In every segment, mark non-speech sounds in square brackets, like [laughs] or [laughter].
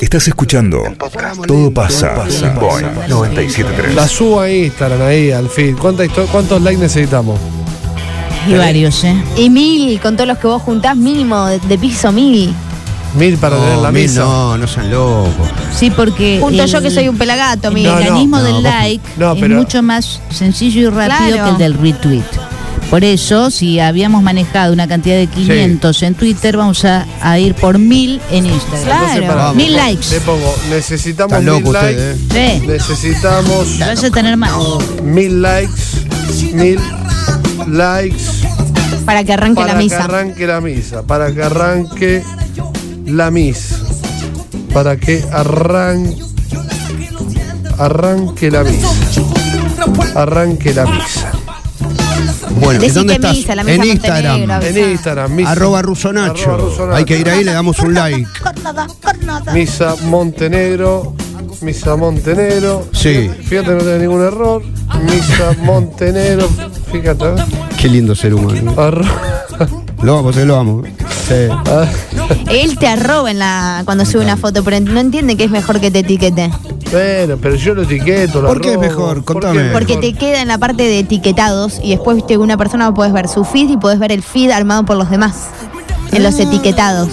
Estás escuchando Todo pasa, en Boeing 973. La suba a Instagram ahí, al feed. ¿Cuánta histo- ¿Cuántos likes necesitamos? Y varios, ¿eh? Y mil, con todos los que vos juntás, mínimo de, de piso mil. Mil para tener No, la mil misa. no, no sean locos. Sí, porque. Junto el- yo que soy un pelagato, El mil. No, mecanismo no, del vos- like no, pero- es mucho más sencillo y rápido Claro. que el del retweet. Por eso, si habíamos manejado una cantidad de 500 en Twitter, vamos a, a ir por 1000 en Instagram. Claro. Entonces, pará, le Mil pongo- likes. Le pongo, necesitamos Están locos mil likes. ustedes, eh. Sí, Necesitamos vas a tener más. mil likes. Mil likes. Para que arranque para la que misa. arranque la misa. Para que arranque la misa. Para que arranque. Arranque la misa. Arranque la misa. Bueno, Decite ¿dónde misa, estás? la misa en Instagram. Eh, Montenegro. En Instagram, misa. Arroba Rusonacho. Arroba Rusonacho. Hay que ir ahí, le damos un like. Misa Montenegro. Misa Montenegro. Sí. Fíjate, no tenés ningún error. Misa Montenegro. Fíjate. ¿eh? Qué lindo ser humano. Arro- [laughs] Lo, vos sabés, lo amo. Sí. Él te arroba en la, cuando sube una foto, pero no entiende que es mejor que te etiquete. Bueno, pero yo lo etiqueto. lo ¿Por qué es arrobo. mejor? ¿Por qué Contame. es Porque mejor? te queda en la parte de etiquetados y después, viste, una persona puedes ver su feed y puedes ver el feed armado por los demás. En los etiquetados.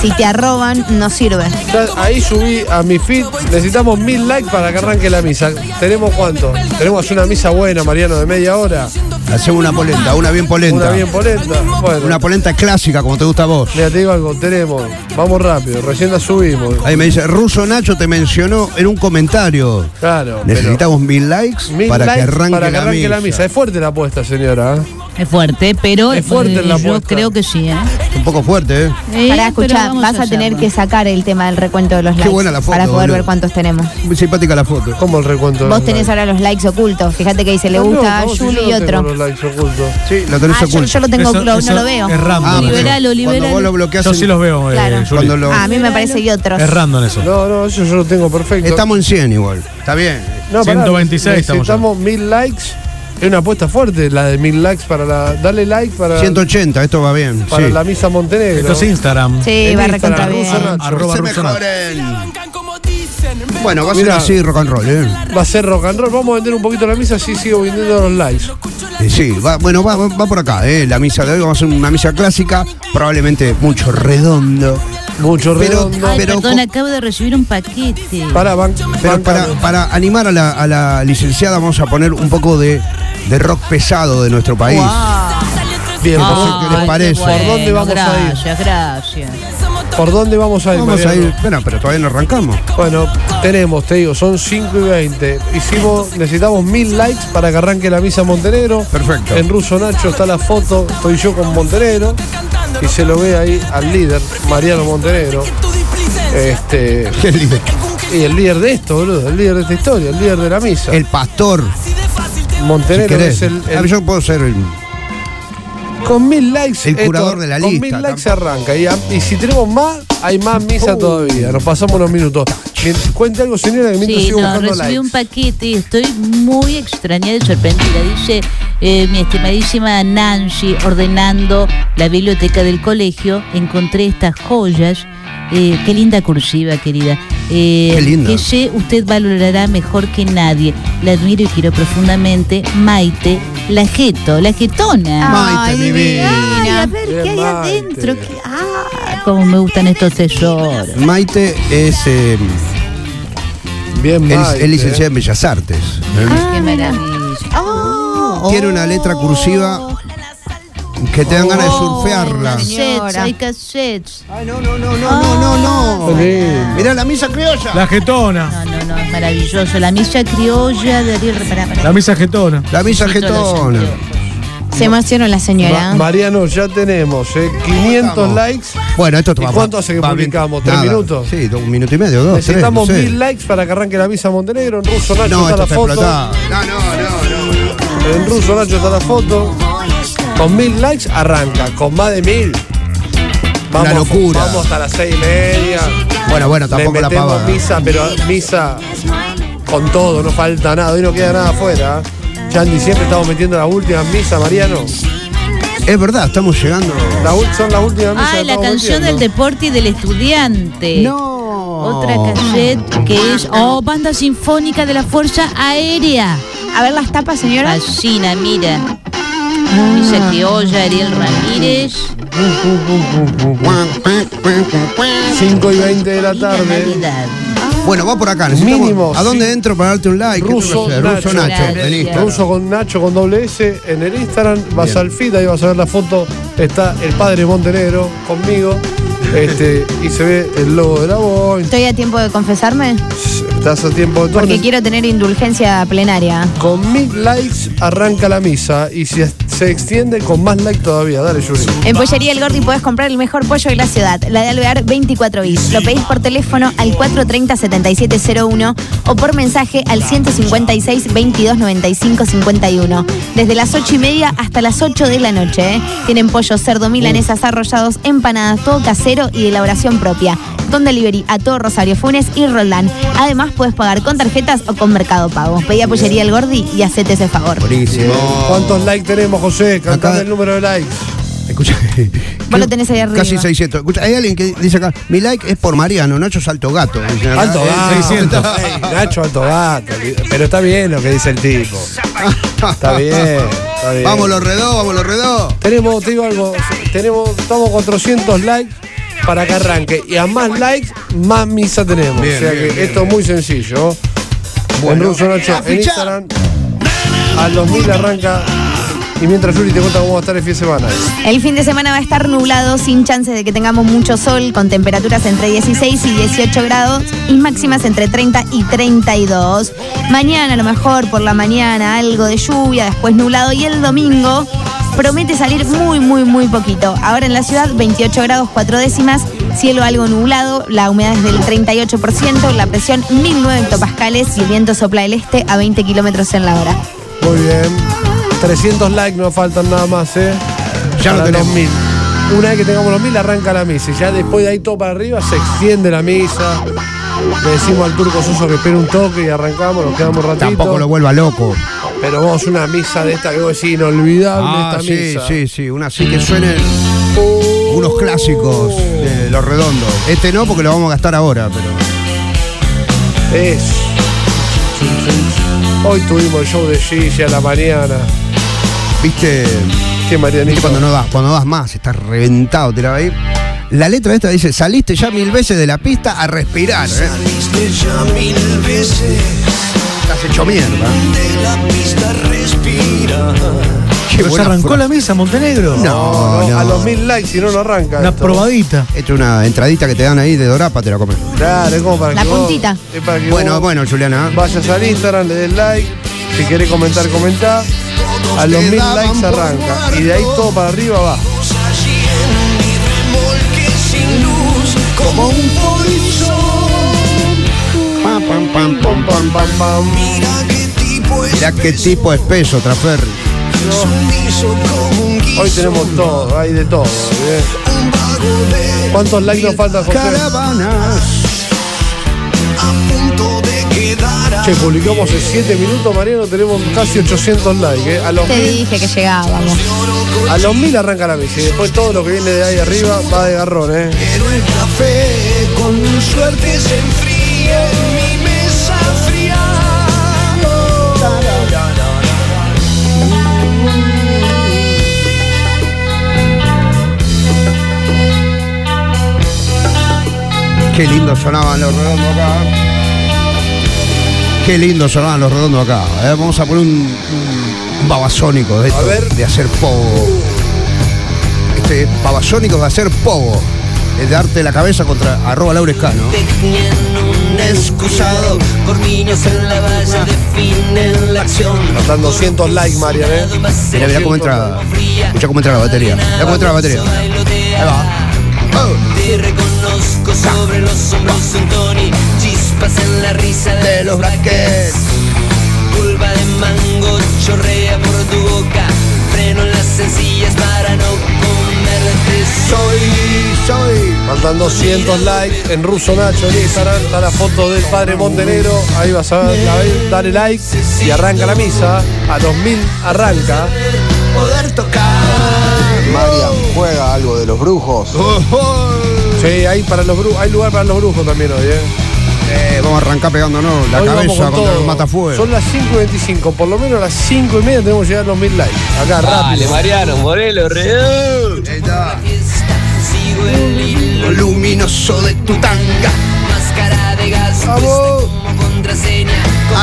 Si te arroban, no sirve. Ya, Ahí subí a mi feed. Necesitamos mil likes para que arranque la misa. ¿Tenemos cuánto? Tenemos una misa buena, Mariano, de media hora. Hacemos una polenta, una bien polenta. Una bien polenta. Bueno, Una polenta clásica, como te gusta a vos. mira, te digo algo. Tenemos. Vamos rápido. Recién la subimos. Ahí me dice, Ruso Nacho te mencionó en un comentario. Claro. pero Necesitamos mil likes mil para, likes que arranque para que la arranque misa. la misa. Es fuerte la apuesta, señora. ¿eh? Es fuerte, pero Es fuerte la yo apuesta. creo que sí, ¿eh? Un poco fuerte, ¿eh? Para escuchar, vas a tener que sacar el tema del recuento de los likes buena la foto, para poder boludo. ver cuántos tenemos. Muy simpática la foto. ¿Cómo el recuento? de Vos los tenés likes? ahora los likes ocultos. Fíjate que dice le No, gusta a no, si yo Juli no y tengo otro. los likes ocultos. Sí, lo tenés Ah, yo, oculto. yo lo tengo, Eso- lo- eso no lo veo. Es Ah, random. pero Liberalo, Cuando liberalo. vos lo bloqueás Yo en- sí los veo, eh, Claro. Juli. Cuando lo- Ah, a mí me parece y otros. Es random eso. No, no, eso yo lo tengo perfecto. Estamos en 100 igual. Está bien. No, pará, 126 estamos necesitamos mil likes. Es una apuesta fuerte la de mil likes para la. Dale like para, 180, esto va bien. para sí. la misa Montenegro. Esto es Instagram. Sí, En va Instagram, recontra bien. Ruso Nacho. Arroba Se Rusonacho. mejoren. Bueno, va a Mirá. ser así rock and roll, ¿eh? Va a ser rock and roll. Vamos a vender un poquito la misa, sí sigo vendiendo los likes. Eh, Sí, va, bueno, va, va- va por acá, ¿eh? La misa de hoy, vamos a hacer una misa clásica, probablemente mucho redondo. Mucho Pero- redondo. Ay, Pero perdón, con- acabo de recibir un paquete. Para, van, Pero van- para, para animar a la, a la licenciada vamos a poner un poco de, de rock pesado de nuestro país. Bien, por- Ah. ¿qué les Ay, parece? bueno, ¿Por dónde vamos a ir? Gracias, gracias. por, dónde vamos a ir, Vamos a Mariano? ir, bueno, pero todavía no [laughs] arrancamos. Bueno, tenemos, te digo, son 5 y 20. Hicimos, necesitamos mil likes para que arranque la misa Montenegro. Perfecto. En ruso Nacho está la foto, estoy yo con Montenegro. Y se lo ve ahí al líder, Mariano Montenegro. Este. Qué lindo. Y el líder de esto, boludo, el líder de esta historia, el líder de la misa. El pastor, si Montenegro querés. es el, el- Ah, Yo puedo ser el- Con mil likes. El curador de la con lista, mil likes se tampoco. Uh. arranca. Y, a- y si tenemos más, hay más misa todavía. Nos pasamos unos minutos. Mien- Cuente algo, señora, que mientras Sí, sigo no, buscando recibí likes. un paquete y estoy muy extrañada y sorprendida. Dice eh, mi estimadísima Nancy, ordenando la biblioteca del colegio, encontré estas joyas. Eh, qué linda cursiva, querida. Eh, Qué linda. Que sé usted valorará mejor que nadie. La admiro y quiero profundamente. Maite, la jeto, la jetona. Maite, mi vida. Ay, a ver Bien, qué hay Maite. adentro. qué- Ah, cómo me gustan estos tesoros. Maite es, eh, Bien, es- Maite. es licenciada en Bellas Artes. ¿eh? Qué maravilla. Oh. Tiene una letra cursiva que te dan ganas de Oh, surfearla. Cassettes, Señora. hay cassettes. Ay, no, no, no, no, no, no, Ah. no. Bien. Mirá la misa criolla. La getona. No, no, no, es maravilloso. La misa criolla de Ariel Repará. La misa getona. La misa getona. Se emocionó la señora. ¿Eh? Ma- ¿eh? Mariano, ya tenemos eh, 500 Vamos. likes. Bueno, esto ¿Y va- cuánto hace que va bien. publicamos? ¿Tres Nada. minutos? Sí, do- un minuto y medio, dos. tres, Necesitamos no sé. mil likes para que arranque la misa Montenegro. En ruso Nacho está No, esto la está foto. explotado. No, no, no, no. En ruso Nacho está la foto. Con mil likes arranca. Con más de mil. Vamos, locura. Vamos hasta las seis y media. Bueno, bueno, tampoco Le la metemos pava. misa, pero misa con todo, no falta nada. Hoy no queda nada afuera. Ya en diciembre estamos metiendo las últimas misas, Mariano. Es verdad, estamos llegando. La ul- son las últimas misas. Ay, que la estamos canción del metiendo. deporte y del estudiante. No. Otra cassette que es Oh, Banda Sinfónica de la Fuerza Aérea. A ver las tapas, señora. Fascina, mira. Luisa Criolla, Ariel Ramírez. 5 y 20 de la Mira, tarde. Navidad. Bueno, va por acá. necesitamos- Mínimo, ¿A dónde sí. entro para darte un like? ¿Qué Ruso tengo que hacer? Nacho. Ruso Nacho. Gracias. en Instagram. Ruso con Nacho con doble S en el Instagram. Vas Bien. al feed, ahí vas a ver la foto. Está el padre Montenegro conmigo. Este, y se ve el logo de la Boeing. Estoy a tiempo de confesarme Estás a tiempo de porque torno. quiero tener indulgencia plenaria. Con mil likes arranca la misa y si es- se extiende con más likes todavía. Dale, Yuri. En Pollería El Gordi podés comprar el mejor pollo de la ciudad, la de Alvear 24 bis. Lo pedís por teléfono al 430-7701 o por mensaje al 156-2295-51. Desde las 8 y media hasta las 8 de la noche. ¿eh? Tienen pollo, cerdo, milanesas, arrollados, empanadas, todo casero y de elaboración propia. Con delivery a todo Rosario Funes y Roland. Además, puedes pagar con tarjetas o con Mercado Pago. Pedí a Pollería El Gordi y hacete ese favor. Buenísimo. ¿Cuántos likes tenemos, José? Cantame Acá- el número de likes. Escucha. Vos lo tenés ahí arriba. Casi 600. Escucha, hay alguien que dice acá, mi like es por Mariano, Nacho Salto Gato. Dicen acá. Alto Eh, gato. 600. Ey, Nacho alto gato. Pero está bien lo que dice el tipo. Está bien. Está bien. Vamos los redó, vamos los redó. Tenemos, te digo algo, tenemos, estamos 400 likes para que arranque. Y a más likes, más misa tenemos. Bien, o sea bien, que bien, esto es muy sencillo. en Ruso Nacho, en Instagram, a los mil arranca. Y mientras Yuri te cuenta cómo va a estar el fin de semana. El fin de semana va a estar nublado, sin chance de que tengamos mucho sol, con temperaturas entre 16 y 18 grados y máximas entre 30 y 32. Mañana a lo mejor por la mañana algo de lluvia, después nublado y el domingo promete salir muy, muy, muy poquito. Ahora en la ciudad 28 grados 4 décimas, cielo algo nublado, la humedad es del 38%, la presión 1009 hectopascales y el viento sopla del este a 20 kilómetros en la hora. Muy bien. 300 likes no faltan nada más, ¿eh? Ya lo Para tenemos. los mil. Una vez que tengamos los mil, arranca la misa. Y ya después de ahí todo para arriba, se extiende la misa. Le decimos al turco Suso que espere un toque y arrancamos, nos quedamos un ratito. Tampoco lo vuelva loco. Pero vamos, una misa de esta que vos decís inolvidable Ah, esta sí, misa. sí, sí. Una así que suenen unos clásicos de los redondos. Este no, porque lo vamos a gastar ahora, pero. Es. Hoy tuvimos el show de Gigi a la mañana. Viste, Qué viste marianito. cuando no das, cuando das más, estás reventado, te la va a ir. La letra esta dice, saliste ya mil veces de la pista a respirar. ¿eh? Saliste ya mil veces Estás hecho mierda. de la pista respira. Qué Pero se buena arrancó fra- la misa, Montenegro. No, no. No, A los mil likes, si no, no arranca. Una esto. probadita. Esto es una entradita que te dan ahí de Dorapa, te la comes. Claro, es como para La que vos- puntita. es para que Bueno, vos bueno, Juliana. ¿eh? Vayas al Instagram, le des like. Si querés comentar, comentá. A los Te mil daban likes por arranca. Y de ahí todo para arriba va. Allí en mi remolque sin luz, como un polizón. Pam, pam, pam, pam, pam. Pam, pam, pam. Mira qué tipo es. Mirá qué tipo espeso, Traferri. Sumiso como un guiso. Hoy tenemos todo, hay de todo. ¿eh? Un vago de. ¿Cuántos likes nos falta, José? Caravanas. A punto de quedar. Che, publicamos en 7 minutos, Mariano, tenemos casi 800 likes. ¿eh? A, los Te mil, dije que llegábamos. a los mil arranca la mesa y después todo lo que viene de ahí arriba va de garrón. ¿eh? Pero el café con suerte se enfría en mi mesa fría. Qué lindo sonaban los redondos acá. Qué lindo sonaban los redondos acá. eh. Vamos a poner un, un babasónico de esto, ver. de hacer pogo. Este babasónico de hacer pogo. Es de darte la cabeza contra arroba laurescano. Tejían un excusado, corniños en la valla definen la acción. Están 200 likes, Marian. ¿eh? Mira, mira cómo entra. Escucha cómo entra la batería. Mira cómo entra la batería. Ahí va. Oh. Te reconozco sobre los hombros un Tony, chispas en la risa de, los braques. Pulva de mango chorrea por tu boca, freno en las sencillas para no comerte Soy, soy. Mandan 200 likes en Ruso Nacho en Instagram. Está la foto del padre Montenegro. Ahí vas a ver, ahí, dale like y arranca la misa. A 2000 [laughs] arranca. Poder tocar. Marian juega algo de los brujos. Oh, oh. Sí, hay, para los bru- hay lugar para los brujos también hoy, ¿eh? Eh, vamos a arrancar pegándonos la Hoy vamos cabeza con contra todo. los matafuegos. Son las 5 y 25, por lo menos a las 5 y media tenemos que llegar a los mil likes. Acá, Dale, rápido. Mariano, Morelos, reo. Ahí está. Sigo el hilo Lo luminoso de tu tanga, Máscara de gas puesta Vamos. como contraseña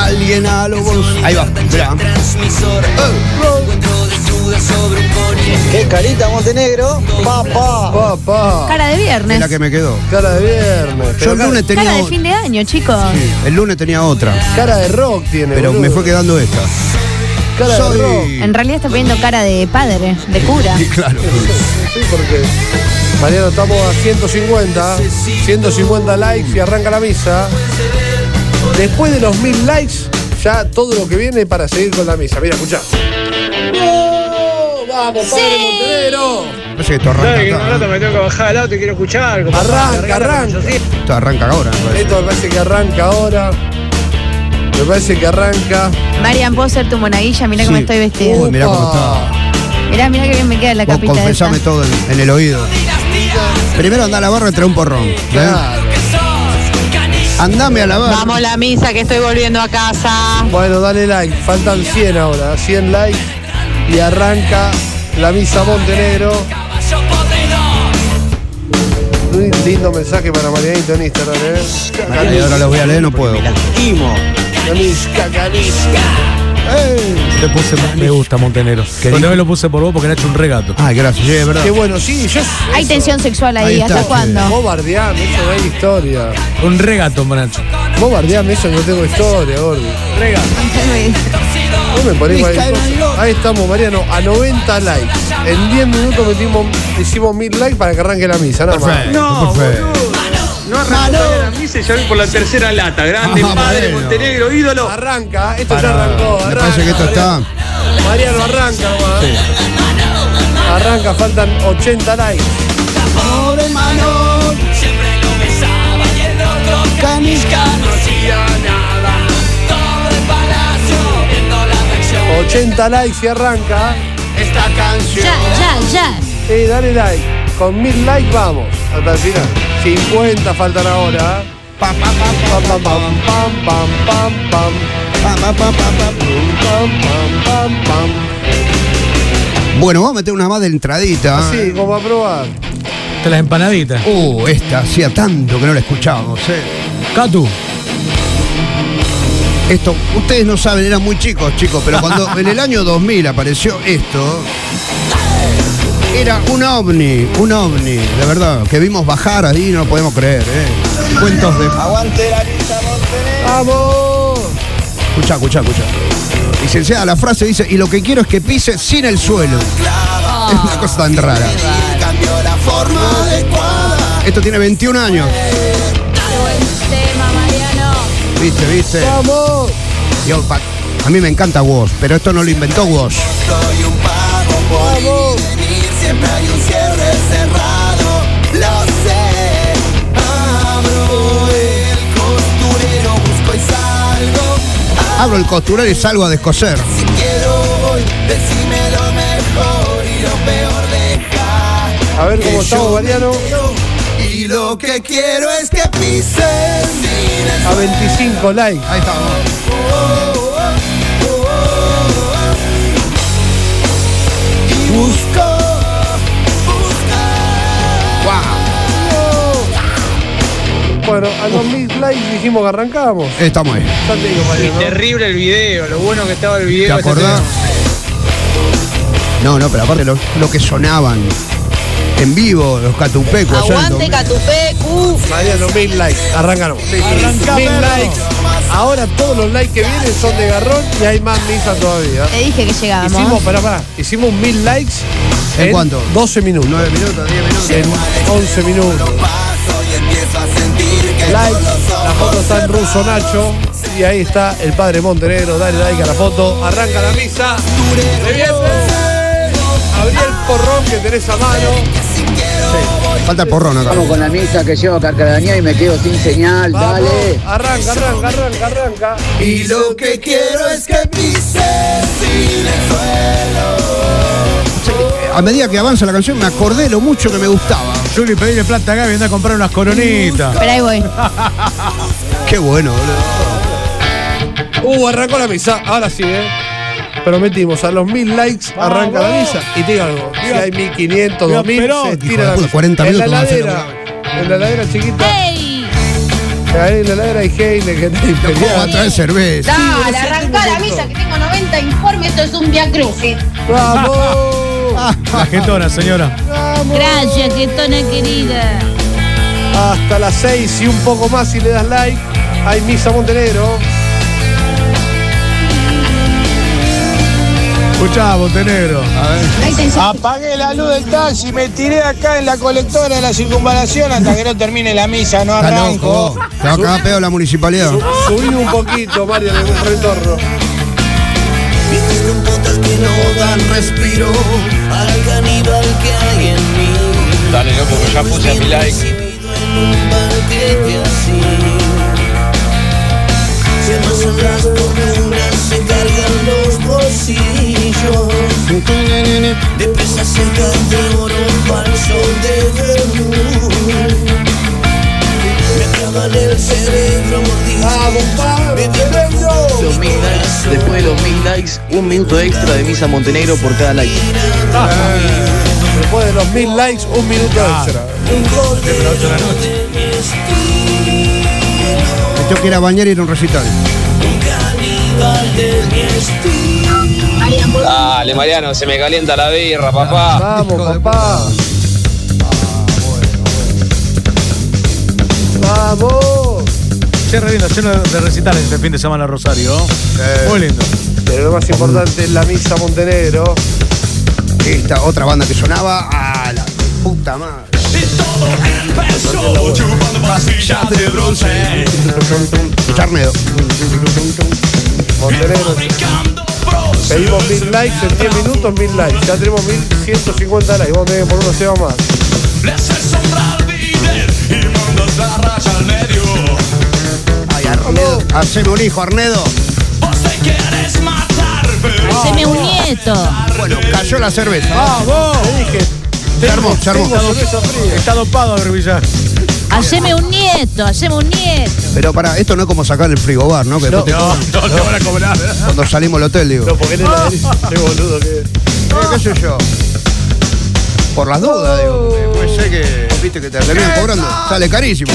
alguien a lo vos. Ahí va, Eh, mirá. Transmisor Encuentro de duda sobre un pony ¡Qué carita Montenegro! ¡Papá! Papá, Cara de Es la que viernes. me quedó. cara de viernes. Yo Pero el cara- lunes Cara tenía de o- fin de año, chicos. sí, el lunes tenía otra, cara de rock tiene. pero boludo. me fue quedando esta. Cara de rock. Soy En realidad está poniendo cara de padre, de cura. Sí, claro. Sí, porque Mariano estamos a 150, 150 likes y arranca la misa. Después de los 1000 likes, ya todo lo que viene para seguir con la misa. Mira, escuchá. ¡No! ¡Vamos, padre Montenegro! Parece que esto arranca, acá. me tengo que bajar al auto y quiero escuchar. Arranca, arranca. esto arranca ahora. me parece. Esto me parece que arranca ahora. Me parece que arranca. Marian, ¿puedo ser tu monaguilla? Mirá cómo Sí. estoy vestida. Uy, mirá cómo está. Mirá, mirá que bien me queda la Vos capita esa. confesame todo en, en el oído. Primero anda a la barra y trae un porrón. ¿eh? Andame a la barra. Vamos la misa que estoy volviendo a casa. Bueno, dale like. Faltan 100 ahora. 100 likes. Y arranca la misa Montenegro. Un lindo mensaje para Marianito en Instagram, ¿eh? Ahí ahora los voy a leer, no puedo. Canisca, canisca. Te puse me gusta Montenegro. Cuando me lo puse por vos porque era hecho un regato. Ay, gracias. Sí, es verdad. Qué bueno, sí, yo. Hay tensión sexual ahí, Ahí está, ¿hasta sí. cuándo? Vos bardeame, eso no hay historia. Un regato, Manacho. Vos bardeame, eso no tengo historia, gordo. Regato. Vos me ponés cualquier cosa. Ahí estamos, Mariano, a 90 likes. En 10 minutos metimos, hicimos 1000 likes para que arranque la misa, nada más. No, No arrancó la misa y ya voy por la tercera lata. Grande Ah, padre bueno. Montenegro, ídolo. Arranca, esto ya arrancó. Me Arranca, parece que esto está. Mariano. Mariano, arranca, nomás. Arranca, faltan 80 likes. Siempre lo besaba y el otro canisca no hacía nada. Todo el palacio viendo la 80 likes y arranca. Ya, ya, ya. Sí, dale like. Con mil likes vamos. Hasta el final. 50 faltan ahora. Pam, pam, pam, pam, pam, pam, pam, pam, pam. Pam, pam, pam, pam. Bueno, vamos a meter una más de entradita. ¿eh? Sí, como a probar. Te las empanaditas. Uh, esta hacía tanto que no la escuchábamos, eh. Catu. Esto, ustedes no saben, eran muy chicos, chicos, pero cuando en el año 2000 apareció esto, era un ovni, un ovni, de verdad, que vimos bajar ahí, no lo podemos creer, eh. Cuentos de... Aguante la misa Montenegro. ¡Vamos! Escucha, escucha, escucha. Licenciada, la frase dice, y lo que quiero es que pise sin el suelo. Es una cosa tan rara. Cambió la forma adecuada. Esto tiene 21 años. Viste, viste. ¡Vamos! Yo, pa- a mí me encanta Woz, pero esto no lo inventó Woz. Soy un pago por ir y venir. Siempre hay un cierre cerrado. Lo sé. Abro el costurero, busco y salgo. Abro el costurero y salgo a descoser. Si quiero hoy, decime lo mejor y lo peor deja. A ver cómo estamos, Mariano. Y lo que quiero es que pises sin el A 25 likes. Ahí está. vos. Y busco, busco. Bueno, a los mil likes dijimos que arrancamos. Estamos ahí. Ya te digo, Mariano. Terrible el video, lo bueno que estaba el video. ¿Te acordás? No, no, pero aparte lo, lo que sonaban en vivo, los catupecos. allá en Aguante 2000. Catupecu. Mariano, mil likes. Arrancamos. Mil likes. Ahora todos los likes que vienen son de garrón y hay más misa todavía. Te dije que Hicimos, llegábamos. pará, pará, hicimos mil likes. ¿En cuánto? 12 minutos. 9 minutos, 10 minutos. En 11 minutos. Paso y empiezo a sentir que Like, con los la foto ojos está en ruso cerrados, Nacho. Y ahí está el padre Montenegro. Dale like a la foto. Arranca la misa. De viernes. Abrí el porrón que tenés a mano. Si quiero Falta el porrón acá. Vamos con la misa que llevo a Carcarañá y me quedo sin señal, Vamos. dale. Arranca, arranca, arranca, arranca. Y lo que quiero es que pises sin el suelo. Sí, a medida que avanza la canción me acordé lo mucho que me gustaba. Juli, pedirle plata a Gaby, anda a comprar unas coronitas. Pero ahí voy. Qué bueno, boludo. Uh, arrancó la misa. Ahora sí, ¿eh? Prometimos, a los mil likes arranca la misa. Y te digo algo, si hay 1500, Viva 2000, Perón. se Hijo de estira la puta, misa. 40 en la minutos vamos a hacer la ladera, en la ladera chiquita, ¡Ey! ahí en la ladera hay Heine que está ¿Cómo va a imperial. traer cerveza? Sí, Dale, recién arrancá la me contó. misa que tengo 90 informes, esto es un via crucis. ¡Vamos! La getona, señora. ¡Vamos! Gracias, Getona querida. Hasta las 6 y un poco más si le das like. Hay Misa Montenegro. Escuchá, Montenegro. Ahí te Ah. enseño. Apagué la luz del taxi, me tiré acá en la colectora de la circunvalación hasta que no termine la misa, no Está arranco. loco. Te va a cagar pedo la municipalidad. Subí un poquito, Mario, de un retorno. Existen potas que no dan respiro al caníbal que hay en mí. Dale, loco, que ya puse mi like. Exhibido en un banquete así. Se amasan las torturas, se cargan los bolsillos. De pesas secas de oro falso de vermú. Me clavan el cerebro mordido. Me tiran Los mil likes, después de los mil likes, un minuto extra de Misa Montenegro por cada like. Después de los mil likes, un minuto extra. Me tengo que ir a bañar y ir a un recital. Dale, Mariano, se me calienta la birra, papá. Vamos, papá. Ah, Vamos. Che, re lindo, lleno de recitales este fin de semana Rosario. Muy lindo. Pero lo más importante es la misa Montenegro. Esta otra banda que sonaba a la puta madre. Charnedo. Montenegro. Pedimos mil likes eh. en 10 minutos, mil likes. Ya tenemos 1150 likes. Vamos a tener que poner unos temas más. Ay, Arnedo. Haceme un hijo, Arnedo. Ah. Haceme un nieto. Bueno, cayó la cerveza. ¡Vamos! Te dije. Se armó, se armó. Tengo cerveza fría. Está dopado, Arbilla. Haceme un nieto, haceme un nieto. Pero para, esto no es como sacar el frigobar, ¿no? Que después te- no, no van a cobrar. Cuando salimos del hotel, digo. No, porque en la Qué boludo que. Eh, ¿Qué sé yo? Por las dudas, digo. porque Puede ser que, viste, que te terminan cobrando. Sale carísimo.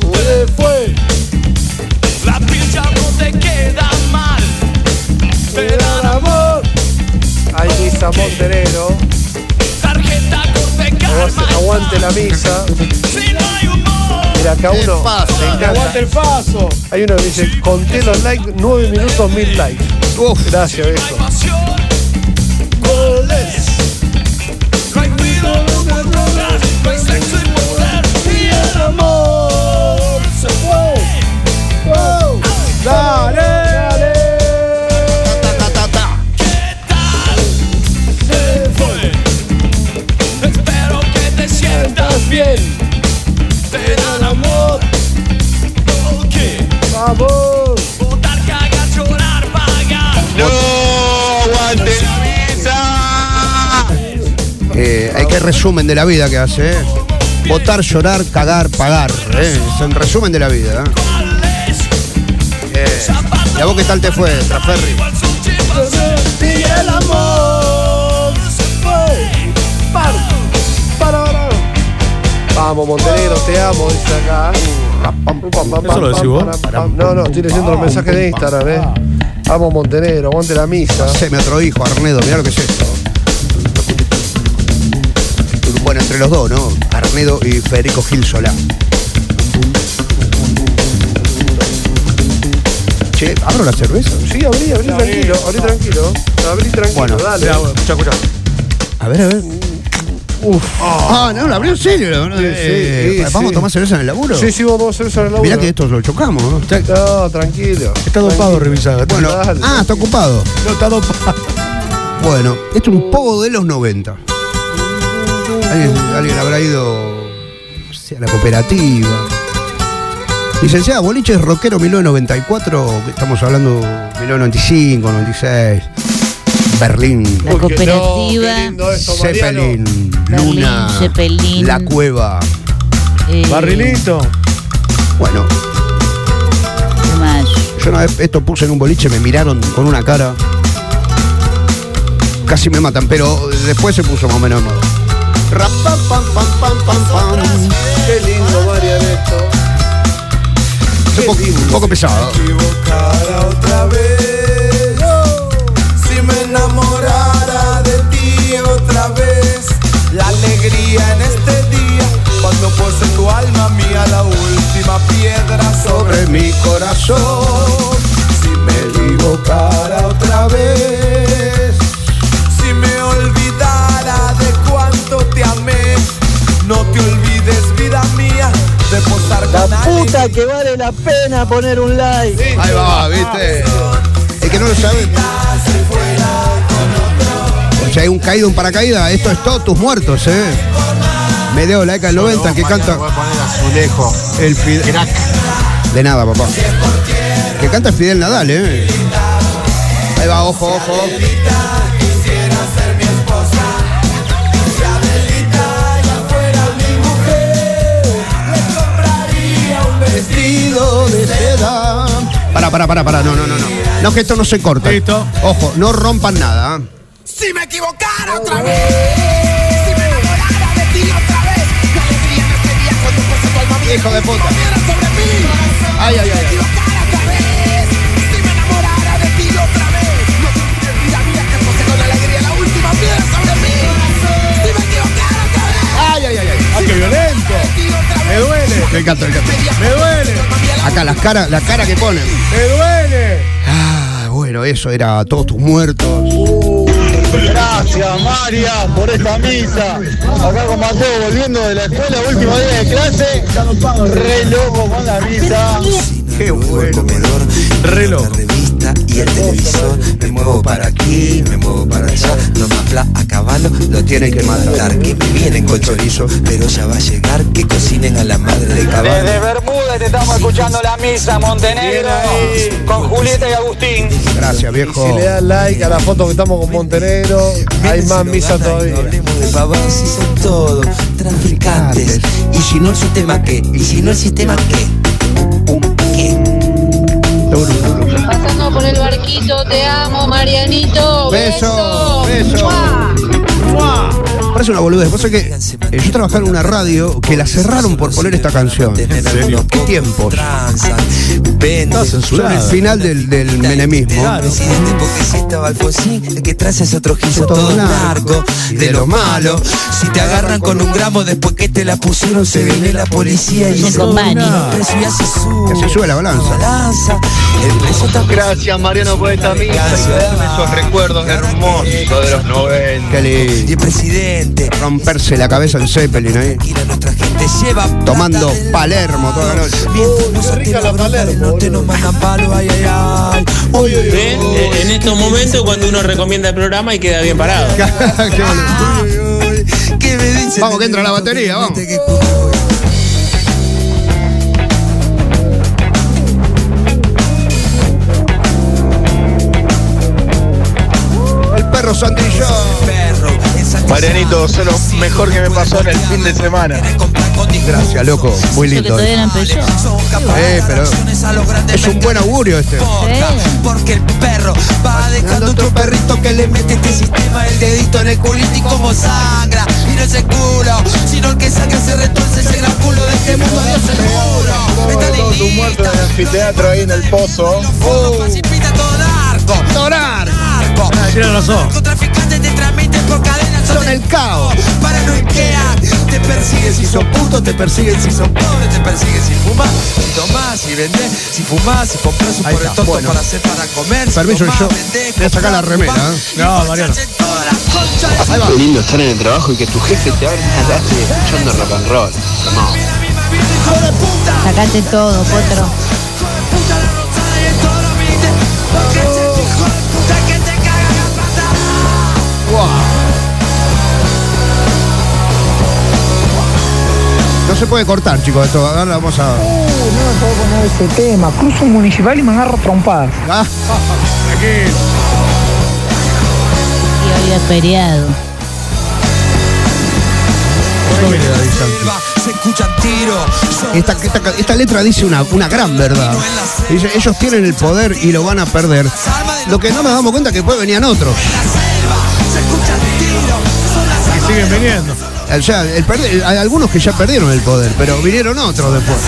pues. Fue. La pincha no te queda mal. Pero amor. Hay misa Montenegro. Tarjeta corte Aguante- Aguante la misa. Si no hay humor. Mira, acá uno. pasa? Me encanta. el paso. Hay uno que dice, conté los likes, 9 minutos, 1000 likes. Uf. Gracias, viejo. Pasión. Goles. No hay cuido, no hay drogas. No hay sexo y poder. Y el amor se fue. ¡Dale! Ta, ta, ta. Se fue. Espero que te sientas bien. Te dan amor. Ok. ¡Vamos! Votar, cagar, llorar, pagar. No, aguante la misa. Eh, hay que resumen de la vida que hace, ¿eh? Votar, llorar, cagar, pagar. ¿eh? Es un resumen de la vida. ¿eh? Eh, ¿Y a vos qué tal te fue, Traferri? Y el amor se fue. Par, para, para. Vamos, Montenegro, te amo, dice acá. ¿Eso lo decís vos? No, no, estoy leyendo los mensajes de Instagram, eh. Vamos, Montenegro, aguante la misa. Haceme otro hijo, Arnedo, mirá lo que es esto. Bueno, entre los dos, ¿no? Arnedo y Federico Gil Solá. Che, ¿abro la cerveza? Sí, abrí, abrí tranquilo, abrí tranquilo. Abrí tranquilo, Bueno, dale. Escuchá, escuchá. A ver, a ver. Uf. Ah, no, la abrió en serio. la verdad. Sí, sí, Eh, sí, ¿Vamos sí. a tomar cerveza en el laburo? Sí, sí, vos vos hacer eso en el Mirá laburo. que esto lo chocamos, ¿no? No, tranquilo. Está dopado, Revillaga. Bueno, Dale. ah, está ocupado. No, está dopado. Bueno, esto es un poco de los 90. Alguien, alguien habrá ido no sé, a la cooperativa. Licenciada Boliche es rockero 1994, estamos hablando 1995, 96. Berlín. La cooperativa. Zeppelin, Berlín, Luna, Zeppelin. La Cueva. eh, Bueno, ¿qué más? yo una vez esto puse en un boliche, me miraron con una cara. Casi me matan, pero después se puso más o menos de moda. Rap, pam, pam, pam, pam, pam, pam. Qué lindo, Marian, esto. Es un poco, un poco pesado. equivocara otra vez. Si me enamorara de ti otra vez, la alegría en este día, cuando pose tu alma mía la última piedra sobre mi corazón. Si me equivocara otra vez, si me olvidara de cuánto te amé, no te olvides, vida mía, de posar con alguien Puta que vale la pena poner un like. Ahí va, viste. El que no lo sabe. Si hay un caído, un paracaídas, esto es todos tus muertos, eh. Medeo laica del 90 que canta. El Fidel. De nada, papá. Que canta Fidel Nadal, eh. Ahí va, ojo, ojo. vestido de seda. Pará, pará, pará, pará. No, no, no, no. No, que esto no se corta. Listo. Ojo, no rompan nada. ¿eh? Si me equivocara otra vez. Si me enamorara de ti otra vez. La alegría me sería cuando puse tu alma mía. Hijo de puta. Comiera sobre mí. Ay, ay, Si me ay. equivocara otra vez. Si me enamorara de ti otra vez. No te olvides, vida mía, que puse con alegría la última piedra sobre mí. Si me equivocara otra vez. Ay, ay, ay, ay. Ah, qué violento. Me duele. Me encanta, me encanta. Me duele. Acá las caras, la cara que ponen. Me duele. Ah, bueno, eso era todos tus muertos. Gracias, María, por esta misa. Acá con Mateo volviendo de la escuela, último día de clase. Re loco con la misa. Qué bueno. Reloj. revista y el televisor. Me muevo para aquí, me muevo para allá. Los mafla a caballo lo tienen que matar. Que me vienen con chorizo, pero ya va a llegar. Que cocinen a la madre de caballo. Desde Bermúdez te estamos escuchando la misa, Montenegro, con Julieta y Agustín. Gracias, Si viejo. le das like a la foto que estamos con Montenegro, hay más misa todavía. Hablemos de pavos y son todos traficantes. Y si no el sistema, ¿qué? Y si no el sistema, ¿qué? ¿Qué? Pasando por el barquito, te amo, Marianito. Beso, Beso. beso. ¡Mua! Parece una boludez. Vos sabés que eh, yo trabajaba en una radio que la cerraron por poner esta canción. ¿En serio? ¿Qué tiempos? Transan, venden. Sobre el final del, del menemismo. Claro. Presidente, porque si este estaba Alfonsín, el que traza es otro giso Todo todo narco, narco, de lo malo. Si te agarran con un gramo después que te la pusieron, se viene la policía y Son se con Mani. El precio ya se sube. Se sube la balanza. Balanza, el precio está Gracias, Mariano, por esta misa. y por darme esos recuerdos hermosos de los 90. Qué lindo. Y el presidente Romperse la cabeza en Zeppelin ahí. y la nuestra gente lleva plata Tomando del Palermo toda la noche. Mientras nos rica la Palermo. te nos mandan palo, ay, ay, ay. Uy, uy, ¿Ven? uy. Eh, En estos momentos cuando uno recomienda el programa y queda bien parado. Qué boludo. ¿Qué me dicen? Vamos, que entra la batería, vamos. El perro Sandrillón. Marianito, sos lo mejor que me pasó en el fin de semana. Gracias, loco. Muy Eso que lindo. todavía no empezó. Eh, pero es un buen augurio este. Porque el perro va dejando otro perrito que le mete este sistema el dedito en el culito y como sangra. Y no es el culo, sino el que sangra se retorce ese gran culo de este mundo. Dios seguro. Está Todos tus muertos en el anfiteatro ahí en el pozo. Uh. Pacipita todo narco. Todo narco. Ah, Narco. Tiene razón. Narcotraficantes te transmiten por cadenas. Son el caos. Paranoiquean. Te persiguen si son putos, te persiguen si son pobres, te persiguen si fumas, si tomás, si vendés, si fumás, si compras un Ahí está, por tonto bueno. para hacer para comer. si Permiso, tomás, yo vendés, voy a sacar la comprás, remera, fumás, ¿eh? y No, emborracharse Mariano. en todas las conchas. Ahí va. Qué lindo estar en el trabajo y que tu jefe te abra una lata escuchando rock and roll. Hermoso. Hijo de puta, Sacate todo, potro. puta la rosada y el toro, viste, porque es el hijo de puta que te caga la pata. No se puede cortar, chicos, esto. Ahora vamos a. No puedo poner ese tema. Cruzo municipal y me agarro trompadas. Ah, Tranquilo. había feriado. Se escuchan tiros. Esta, esta- esta letra dice una, una gran verdad. Dice, ellos tienen el poder y lo van a perder. Lo que no nos damos cuenta es que después venían otros. Y siguen viniendo. O sea, el perder- hay algunos que ya perdieron el poder, pero vinieron otros después.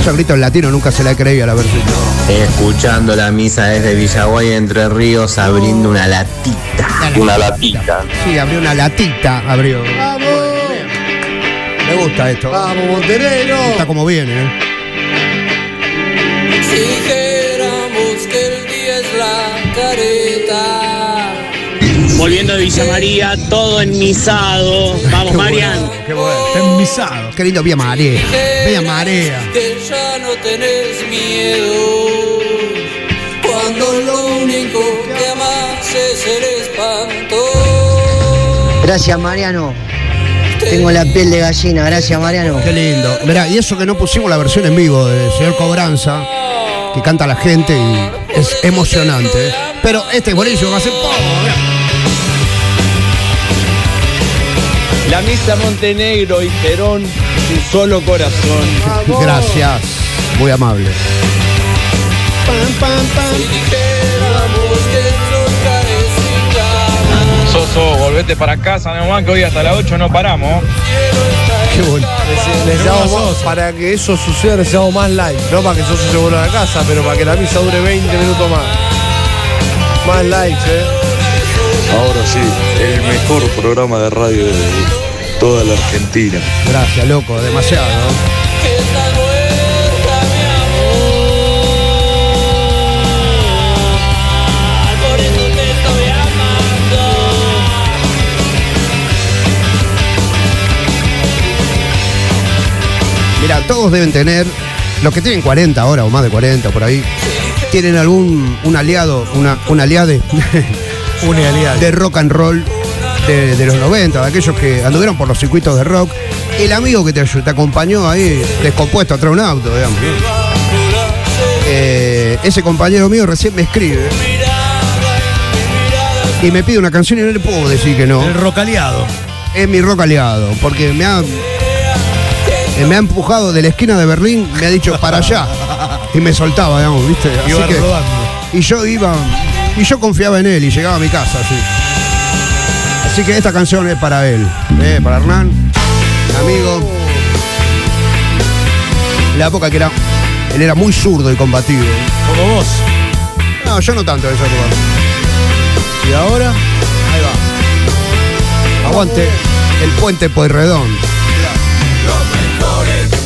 Esos gritos latinos nunca se la creía la versión. Escuchando la misa desde Villaguay, Entre Ríos, abriendo una latita. Una latita. Sí, abrió una latita, abrió. Me gusta esto. Vamos, Montenegro. Me gusta como viene, ¿eh? Si dijéramos que el día es la careta. Volviendo de Villa María, todo enmisado. Vamos, Qué Marian. bueno, Qué bueno. Enmisado. Qué lindo Vía Marea. Vía Marea. Que ya no tenés miedo. Cuando lo único que amas es el espanto. Gracias, Mariano. Tengo la piel de gallina, gracias, Mariano. Qué lindo. Mirá, y eso que no pusimos la versión en vivo del señor Cobranza, que canta la gente y es emocionante. ¿eh? Pero este es buenísimo, va a ser ¿eh? poco. La misa Montenegro y Perón, un solo corazón. Gracias. Muy amable. Soso, volvete para casa nomás que hoy hasta las 8 no paramos. Qué bueno. Necesitamos más- para que eso suceda necesitamos más live. No para que eso se vuelva a la casa, pero para que la misa dure 20 minutos más. Más likes, eh. Ahora sí, el mejor programa de radio de toda la Argentina. Gracias, loco, demasiado. Mira, todos deben tener, los que tienen 40 ahora o más de 40 por ahí, tienen algún un aliado, una, un aliade. [laughs] un aliado. De rock and roll de, de los 90, de aquellos que anduvieron por los circuitos de rock. El amigo que te, ayu- te acompañó ahí, descompuesto atrás de un auto, digamos. Eh, ese compañero mío recién me escribe. Y me pide una canción y no le puedo decir que no. El rock aliado. Es mi rock aliado, porque me ha eh, me ha empujado de la esquina de Berlín, me ha dicho para allá. Y me soltaba, digamos, ¿viste? Iba rodando. Y yo iba. Y yo confiaba en él y llegaba a mi casa así. Así que esta canción es para él, eh, para Hernán, mi amigo. La época que era. Él era muy zurdo y combativo. ¿Como vos? No, yo no tanto en esa época. ¿Y ahora? Ahí va. Aguante el puente Pueyrredón.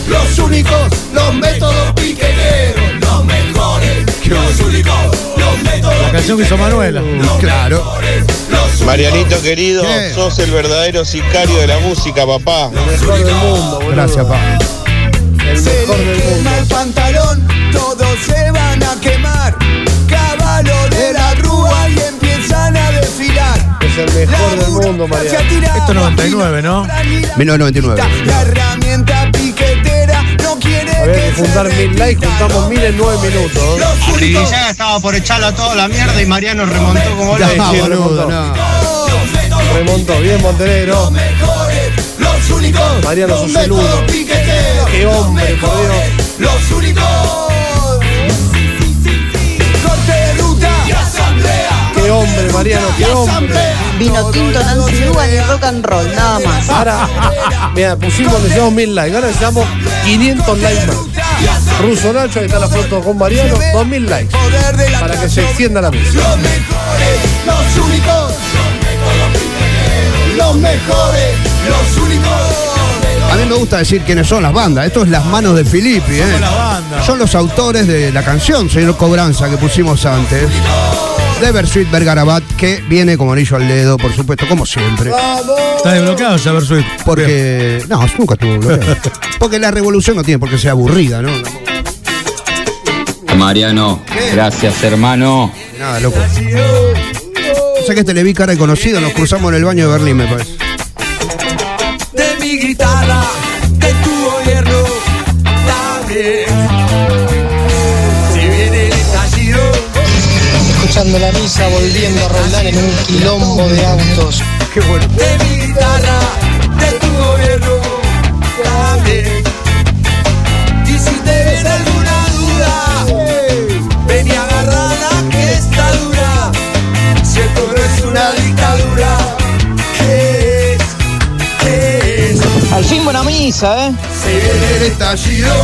Los únicos, los métodos piqueteros. Los mejores, los únicos, los métodos. La canción que hizo Manuela. Claro. Marianito querido, sos el verdadero sicario de la música, papá. Mejor del mundo, boludo. Gracias, pa. El mejor del mundo. Quema el pantalón, todos se van a quemar. Caballo de la rúa y empiezan a desfilar. Es el mejor del mundo, María. Esto 99, ¿no? 1999. La herramienta piquetera no quiere Había que que juntar mil likes, juntamos mil en nueve minutos. Acribillada estaba por echarlo a toda la mierda y Mariano remontó como Ya, le decía. boludo, no. Remontó, bien Montenegro. Los únicos, Mariano los Soseludo. métodos piqueteros. Qué hombre, por Dios. Los únicos. Corte de ruta y asamblea. Qué hombre, Mariano, qué hombre. Vino tinto Nancy Lugan y rock and roll, nada más. Ahora, mira, pusimos, necesitamos mil likes. Ahora necesitamos 500 likes más. Ruso Nacho, ahí está la foto con Mariano, 2000 likes. Para que se extienda la misa. Los únicos. Los mejores, los únicos. A mí me gusta decir quiénes son las bandas. Esto es Las Manos de Filippi, ¿eh? las bandas. Son los autores de la canción, señor Cobranza, que pusimos antes. De Bersuit Bergarabat, que viene como anillo al dedo, por supuesto, como siempre. Está desbloqueado ya, Versuit. Porque. No, nunca estuvo bloqueado. Porque la revolución no tiene por qué ser aburrida, ¿no? Mariano, gracias hermano. Nada, loco. Sé que este le vi cara de conocido, nos cruzamos en el baño de Berlín, me parece. de mi guitarra, de tu gobierno también. Si viene el estallido, escuchando la misa, volviendo a Roldán en un quilombo de autos. Qué bueno. de mi guitarra, de tu gobierno, también. Y si tienes alguna duda, ven y agarrala que está dura. Si esto no es una dictadura, ¿qué es? ¿Qué es? Al fin buena misa, ¿eh? Se viene el estallido.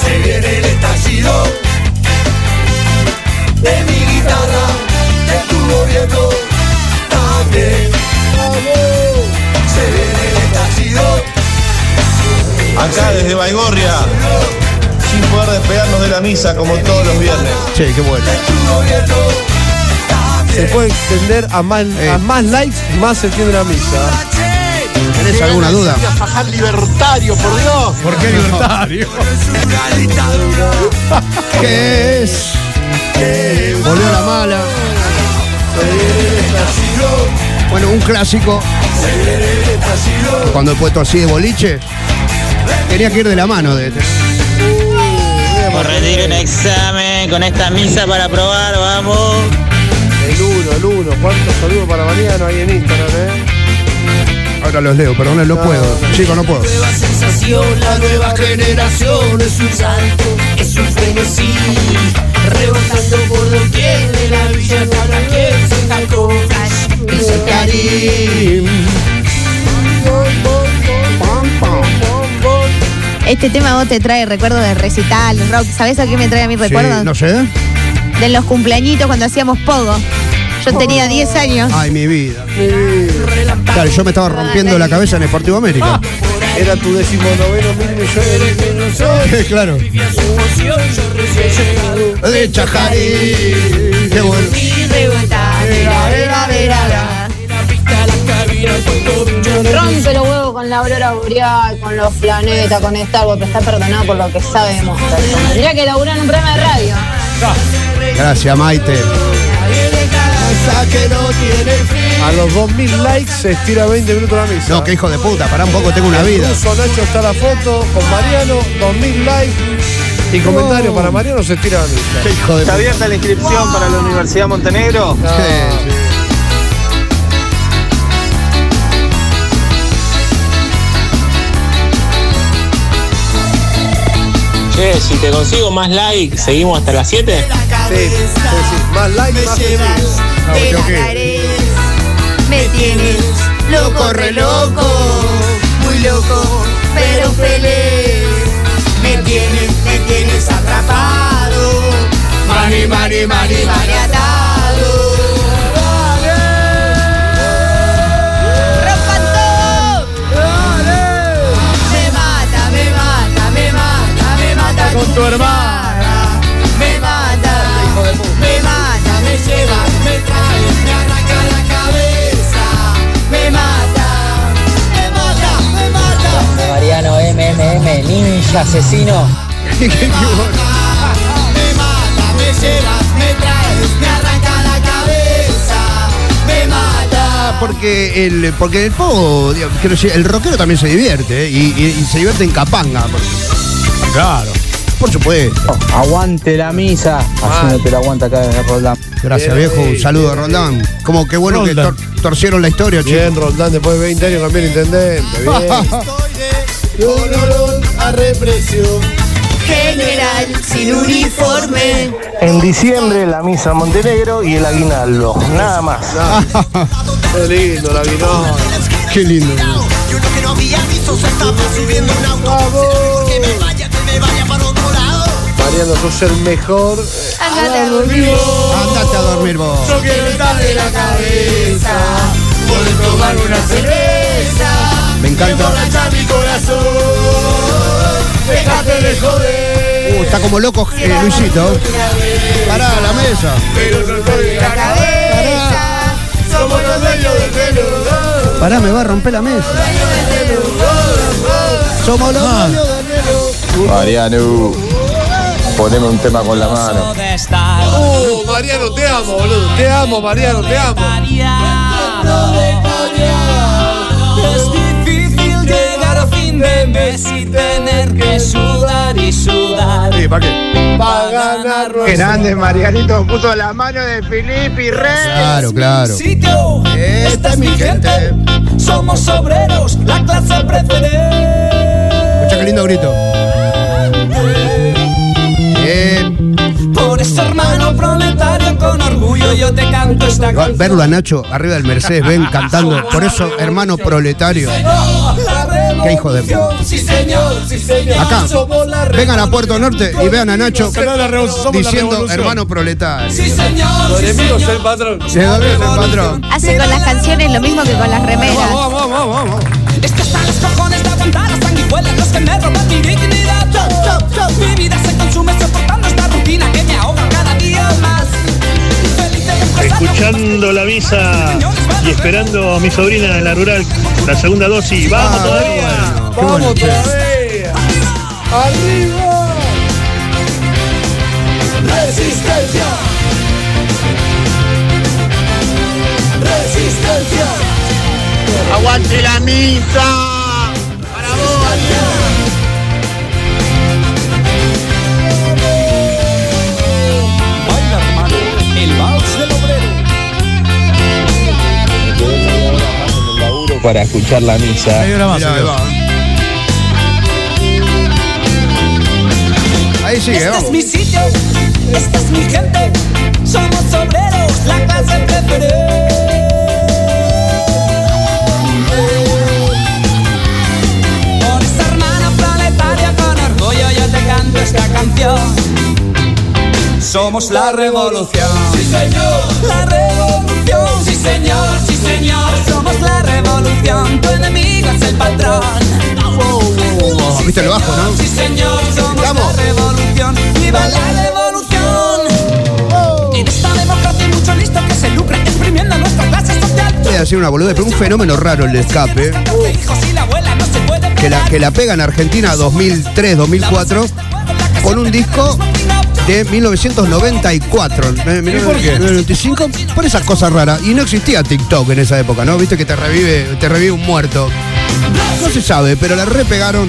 Se viene el estallido. De mi guitarra, de tu gobierno, también. Se viene el estallido. Acá desde Baigorria, sin poder despegarnos de la misa como todos los viernes. Che, qué bueno. Se puede extender a más, a más likes, más se tiene la misa. ¿Tenés alguna duda? Fajar libertario, por Dios. ¿Por qué libertario? [laughs] ¿Qué es? Volvió la mala. Bueno, un clásico. Cuando he puesto así de boliche, tenía que ir de la mano de este. Corregir un examen con esta misa para probar, vamos. El uno, el uno. ¿Cuántos saludos para Mariano ahí en Instagram, eh? Ahora los leo, perdón, no puedo. Chico, no puedo. Nueva sensación, la nueva generación es un salto, es un frenesí. Rebotando por doquier de la villa para quien se encalcó. Dice Karim. Este tema vos te trae recuerdo de recital, rock. ¿Sabés a qué me trae a mí recuerdo? Sí, no sé. Oh. De los cumpleañitos cuando hacíamos pogo. Yo tenía 10 años. Ay, mi vida. Claro, yo me estaba rompiendo la cabeza en Sportivo América. Era tu decimonoveno mil millones de [laughs] claro. De Chajarí. Qué bueno. Rompe los huevos con la aurora boreal, con los planetas, con Star Wars, pero está perdonado por lo que sabemos. Tendría que laburar en un programa de radio. Gracias, Maite. A los 2000 likes se estira 20 minutos la misa. No, qué hijo de puta, pará un poco, tengo una vida. Incluso Nacho está la foto con Mariano, 2000 likes y comentarios para Mariano se estira la misa. Qué hijo de Está puta. abierta la inscripción para la Universidad Montenegro. Sí, sí. Che, si te consigo más likes, seguimos hasta las 7. Sí, sí, sí. Más likes, más feliz. Ah, ok, ok. Me tienes Loco, re loco, muy loco, pero feliz. Me tienes, me tienes atrapado. Mani, mani, mani, mani atado. ¡Rompan todo! Me mata, me mata, me mata, me mata con tu hermana. Me mata, me mata, me lleva, me trae, me arranca la cabeza. Me mata, me mata, me mata. Mariano MMM, ninja asesino. Me mata, me llevas, me traes, me arranca la cabeza. Me mata. Porque el, porque el pogo, digo, quiero decir, el rockero también se divierte ¿eh? y, y- y se divierte en capanga. Claro. Por supuesto. Aguante la misa. Así te la aguanta acá desde Roldán. Gracias, Bien viejo. ahí, Un saludo a bien Rondán. Como que bueno Rondán. que tor- torcieron la historia, Bien, chicos. Rondán, después de 20 años también intendente. [laughs] Bien. Con olor a represión. General sin uniforme. En diciembre la misa Montenegro y el aguinaldo, nada [laughs] más. Qué lindo, la vino. Qué lindo. Y uno que no había visto se estaba subiendo un auto. Porque me vaya, que me vaya para otro lado. Mariano, sos el mejor. Eh, Andate a Ah. dormir. Andate a dormir vos. Yo quiero estar de la cabeza. Poder tomar una cerveza. Me encanta. Emborrachar mi corazón. Dejate de joder. Uh, está como loco eh, Luisito. Pará, la mesa. Pero no estoy de la cabeza. Somos los dueños del pelo. Pará, me va a romper la mesa. Somos los dueños de- Mariano, poneme un tema con la mano. Uh, Mariano, te amo, boludo. Te amo, Mariano, te amo. Es difícil llegar a fin de mes y tener que sudar y y sudar. Sí, ¿para qué? Para ganar Grande, Marianito puso la mano de Filippi Rey. Claro, claro. Sitio, esta es mi gente. Somos obreros, la clase preferente. Escucha qué lindo grito. Bien. Por eso, hermano proletario, con orgullo yo te canto esta Igual Verlo a Nacho arriba del Mercedes, ven cantando. Por eso, hermano proletario. Qué hijo de puta. Sí, señor, sí, señor. Acá, Somos la re- vengan a Puerto Norte y vean a Nacho Somos la revolución. diciendo hermano proletario. Sí, señor. Sí, enemigos señor. Se doble el patrón. Hace con las canciones lo mismo que con las remeras. Estos están los cojones de aguantar las sanguijuelas, los que me roban mi dignidad. Yo, yo, yo. Mi vida se consume soportando esta rutina que me ahoga cada día más. Feliz de empresario. Escuchando la misa y esperando a mi sobrina de la rural, la segunda Ah, dosis. ¡Vamos todavía! Vamos todavía. Arriba. Resistencia. Resistencia. Aguante la misa. Baila, hermano, el vals del obrero. para escuchar la misa. Media hora más, Mirá, ahí va. Ahí sigue, este es vamos. mi sitio, esta es mi gente, somos obreros, la clase preferente. Por esa hermana planetaria con orgullo yo te canto esta canción. Somos la revolución. Sí, señor. La revolución. Sí, señor, sí, señor. Somos la revolución, tu enemigo es el patrón. Oh, ¿Viste el bajo, no? Sí, señor, somos la revolución. ¡Viva la revolución! En esta democracia hay mucho listo que se lucra exprimiendo nuestra clase social. Voy a decir una boludez, pero un fenómeno raro el de escape. Los hijos y la abuela no se pueden que la, que la pega en Argentina 2003-2004 con un disco de 1994. Eh, mirá, ¿Y por qué? 95, por esas cosas raras. Y no existía TikTok en esa época, ¿no? Viste que te revive, te revive un muerto. No se sabe, pero la repegaron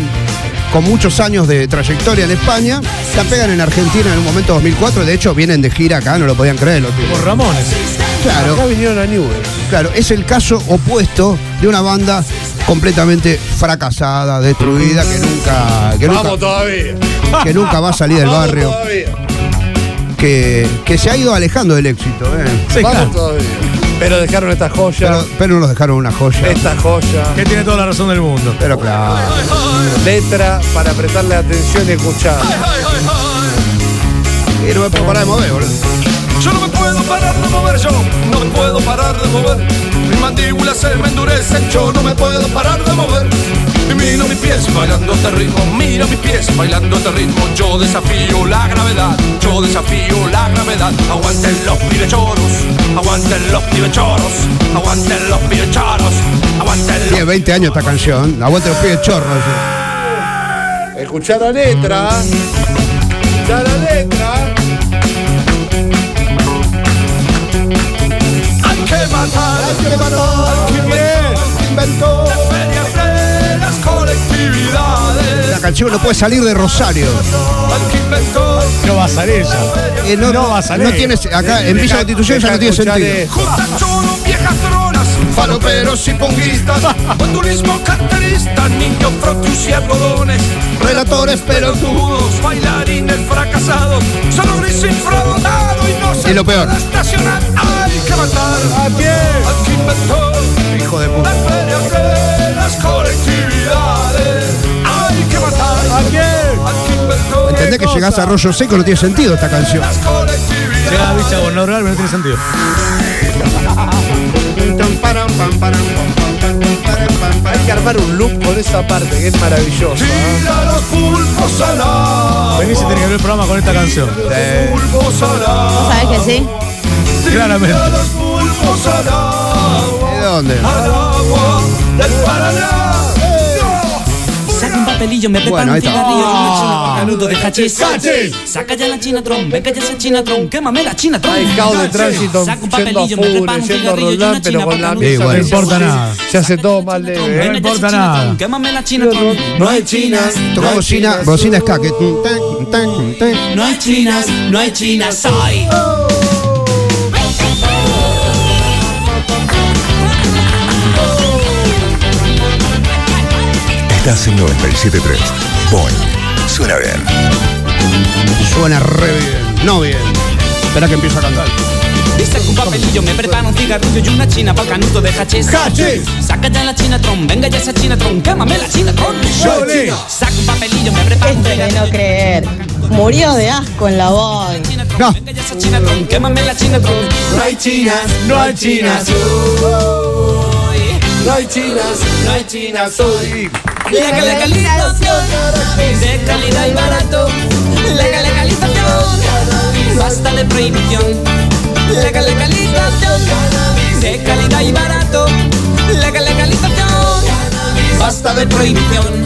con muchos años de trayectoria en España. La pegan en Argentina en un momento 2004. De hecho, vienen de gira acá, no lo podían creer los tipos. Por Ramones. Claro. Acá vinieron a Newell. Claro, es el caso opuesto de una banda completamente fracasada, destruida, que nunca, que Vamos nunca, todavía. que nunca va a salir del Vamos barrio, todavía. que, que se ha ido alejando del éxito. ¿eh? Vamos todavía. Pero dejaron esta joya. Pero, pero nos dejaron una joya. esta joya. Que tiene toda la razón del mundo. Pero claro, Letra para prestarle atención y escuchar. y no me puedo parar de mover, boludo. Yo no me puedo parar de mover, yo no me puedo parar de mover. Mis mandíbulas se me endurecen, yo no me puedo parar de mover. Y miro mis pies bailando este ritmo, miro mis pies bailando este ritmo. Yo desafío la gravedad, yo desafío la gravedad. Aguanten los pibechoros, aguanten los pibechoros, aguanten los pibechoros, aguanten los Tiene 20 años esta canción. Aguante los pies chorros. Escuchar la letra. Escuchar la letra. Hay que matar, hay que matar, hay que inventar, hay que inventar. Las ferias de las colectividades. La canción no puede salir de Rosario. Hay que inventar, No va a salir ya. Eh, no, No va a salir. no tiene- acá en Villa Constitución ya no tiene Escuchar sentido. eh. esto. Juntas son viejas tronas, faloperos y ponguistas, bandulismo carteristas, niños propios y algodones, relatores pelotudos, bailarines fracasados, solo gris infradotado y no se Y lo peor. Ah, puede estacionar. Hay que matar a al que inventó Hijo de las puta. ferias de las colectividades. Hay que matar Ah, a al que inventó Entendés que llegás a Arroyo Seco, no tiene sentido esta canción. las colectividades. Llega a Villa Gobernador Galvez, no tiene sentido. Hay que armar un loop con esa parte que es maravillosa. ¿eh? Tira los pulpos al agua. Venís y tenés que ver el programa con esta canción. Pulpos al agua. ¿Sabes que sí? Claramente. Tira los pulpos al agua. ¿De dónde? Al agua del Paraná. Saca un papelillo, me preparo Bueno, un ahí está. cigarrillo y me echo una Ah. boca nudo de hachís. ¡Hachís! Saca ya la chinatron, venga ya esa chinatron, quémame la chinatron. Hay caos de tránsito Saca un yendo a papelillo, me preparo Funes, un yendo a cigarrillo y una Roldán, pero con la chinapaca mesa nudo. de- No importa nada. Se hace todo mal leve. Venga ya esa chinatron, Quémame la chinatron. No hay chinas. Toca bocina, bocina ska, que tun, tan, tan, tan. No hay chinas, no hay chinas, soy. Estás en 97.3. Boing. Suena bien. Suena re bien, no bien. Espera que empiezo a cantar. Y saco un papelillo, me preparo un cigarrillo y una china pa'l canuto de hachís. ¡Hachís! Saca ya la chinatron, venga ya esa chinatron, quémame la chinatron. ¡Yole! Saca un papelillo, me preparo un cigarrillo. No creer. Murió de asco en la voz. No. Chinatron, quémame la chinatron. No hay chinas, no Ah, hay chinas hoy. No hay chinas, no hay chinas hoy. Legal legalización de calidad y barato. Legal legalización, basta de prohibición. Legal legalización de calidad y barato. Legal legalización, basta de prohibición.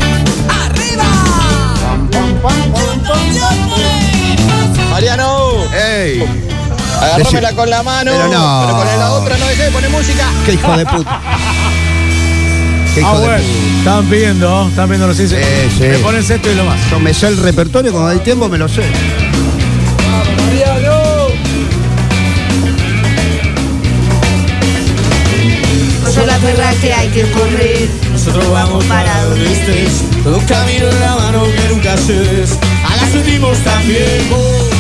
Mariano, ¡Ey! agarrámela con la mano. Pero no. Pero con la otra no dejé de poner música. ¡Qué hijo de puta! ¡Qué hijo Ah, de Eh, bueno. Están pidiendo, están pidiendo los ciencias. Sí, sí. Me pones este, esto y lo más. puta! Yo me sé el repertorio, cuando hay tiempo me lo sé. Yo la perra que hay que correr. Nosotros vamos para donde estés. Todo un camino de la mano que nunca haces. A las sentimos también. oh.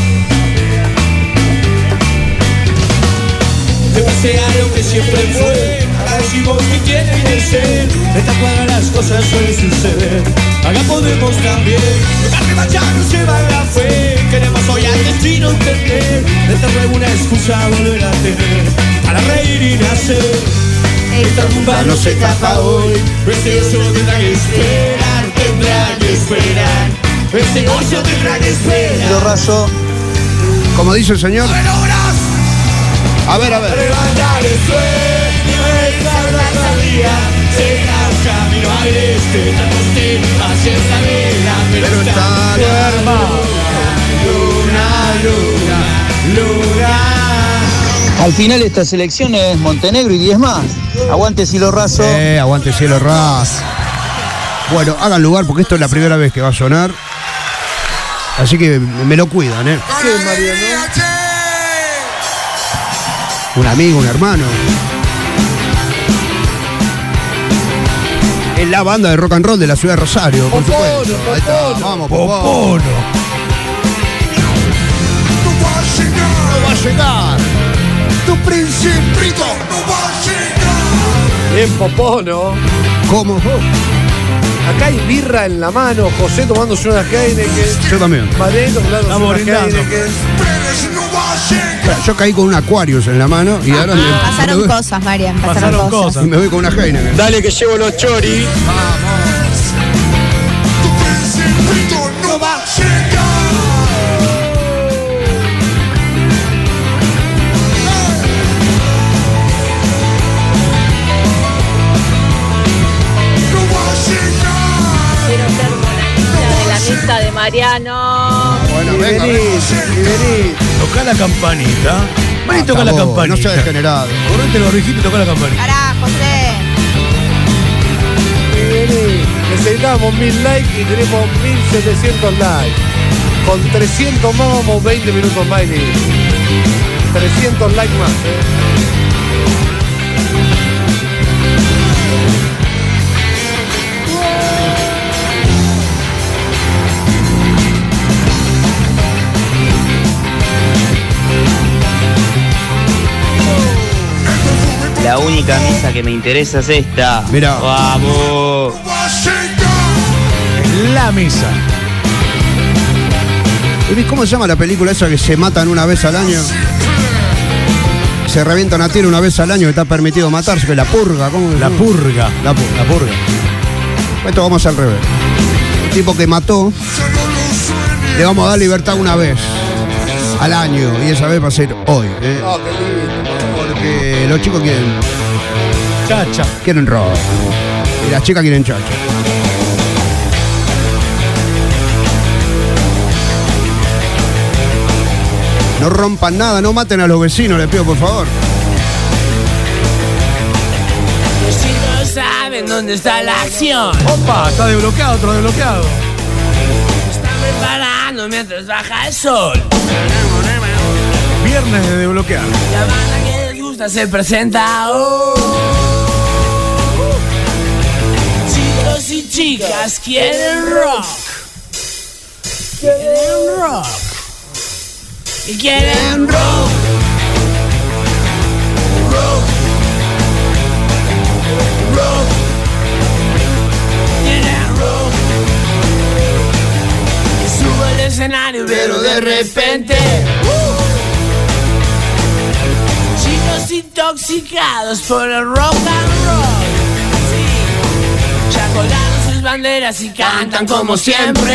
Te pasea lo que siempre fue. Ahora decimos que tiene que ser. De esta cuadra las cosas suelen suceder. Acá podemos también. Arriba ya nos lleva la fe. Queremos hoy al destino entender. De esta nueva una excusa a volver a tener. Para reír y nacer. Esta Ah, rumba no se escapa hoy. Este oso tendrá que esperar. Tendrá que esperar. Este oso tendrá que esperar. Yo raso. Como dice el señor. A ver, a ver. Levantar el sueño es la salida Será un camino al este Tantos temas en la vida Pero está Duerma. Luna, luna, luna Al final esta selección es Montenegro y 10 más. Aguante si lo raso. Eh, aguante cielo ras. Bueno, hagan lugar porque esto es la primera vez que va a sonar. Así que me lo cuidan, ¿eh? Un amigo, un hermano. Es la banda de rock and roll de la ciudad de Rosario, por supuesto. Ahí está, Vamos, No Popono. va a llegar No va a llegar Tu principito No va a llegar Bien popono. ¿Cómo? Acá hay birra en la mano, José tomándose unas Heineken. Yo también. Mariano, claro, Estamos unas brindando. Heineken. Pérez no va a llegar Claro, Yo caí con un Aquarius en la mano y ahora me, me Pasaron voy- cosas, Marian. Pasaron, Pasaron cosas. cosas. y me voy Ah, con una Heineken. Dale que llevo los choris. Tu principito No va a llegar No va a llegar Quiero ser monarquía de la misa de Mariano. Bueno, Y venga, vení, venga. y vení. Toca la campanita. Ven y toca Hasta la vos, campanita. No sea degenerado. Correte los orejitos y toca la campanita. Pará, José. Y vení. Necesitamos mil likes y tenemos 1700 likes. Con 300 más vamos 20 minutos más. y listo. 300 likes más. ¿eh? La única misa que me interesa es esta. Mirá. Vamos. No va a llegar La misa. ¿Y ves cómo se llama la película esa que se matan una vez al año? Se revientan a tiro una vez al año que está permitido matarse, que la purga, ¿cómo? La cómo? purga. La purga. La purga. Esto vamos al revés. El tipo que mató, le vamos a dar libertad una vez al año y esa vez va a ser hoy. ¿eh? Porque los chicos quieren, Chacha. quieren rock y las chicas quieren chacha. No rompan nada, no maten a los vecinos, les pido por favor. Si no saben dónde está la acción. Opa, Ah, está desbloqueado, otro desbloqueado. Están preparando mientras baja el sol. Viernes de desbloquear. La banda que les gusta se presenta hoy. Chicos y chicas quieren rock. Quieren rock. Y quieren rock. Rock. Rock. Quieren rock. Y subo al escenario, pero de repente. ¡uh! Chicos intoxicados por el rock and roll. Ya colgaron sus banderas y cantan como siempre.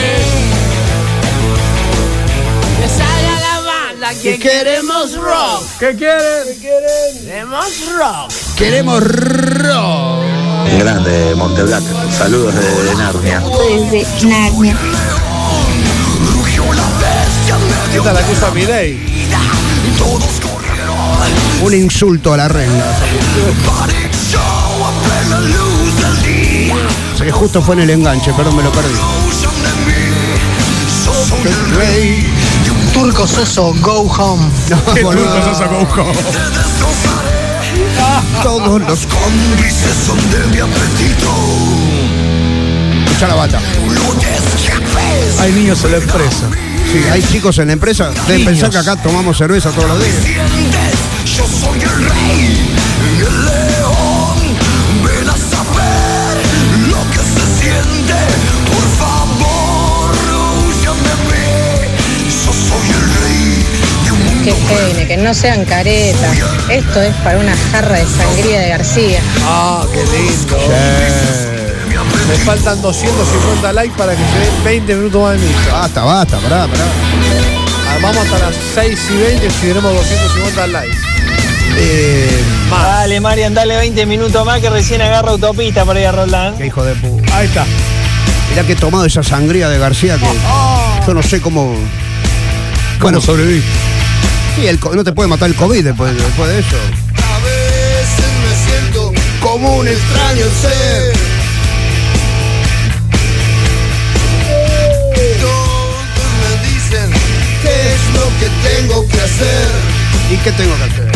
Que salga la banda que queremos rock. ¿Qué quieren? Queremos rock. Queremos rock. Grande Monteblanco. Saludos desde Narnia. Desde Narnia. Esta la acusa Miley. Un insulto a la reina. Sé que justo fue en el enganche, perdón, me lo perdí. Turco Soso, go home. No, boludo. Todos los cómplices son de mi apetito. Escucha la bata. Hay niños en la empresa. Sí, hay chicos en la empresa. Deben Niños. pensar que acá tomamos cerveza todos los días. Yo soy el rey, el león. Ven a saber lo que se siente. Por favor, huyanme Yo soy el rey de un mundo. Que que no sean caretas. Esto es para una jarra de sangría de García. Ah, qué lindo. Me faltan 250 likes para que se den 20 minutos más de misa. Basta, basta, pará, pará. Ah, Vamos hasta las 6 y 20 si tenemos 250 likes. Eh, Dale, Marian, dale 20 minutos más que recién agarra autopista por ahí a Roland. qué hijo de puta. Ahí está. Mirá que he tomado esa sangría de García que yo no sé cómo. Bueno, sobreviví. sí, el co- no te puede matar el COVID después, después de eso. A veces me siento como un extraño ser. Todos me dicen qué es lo que tengo que hacer. ¿Y qué tengo que hacer?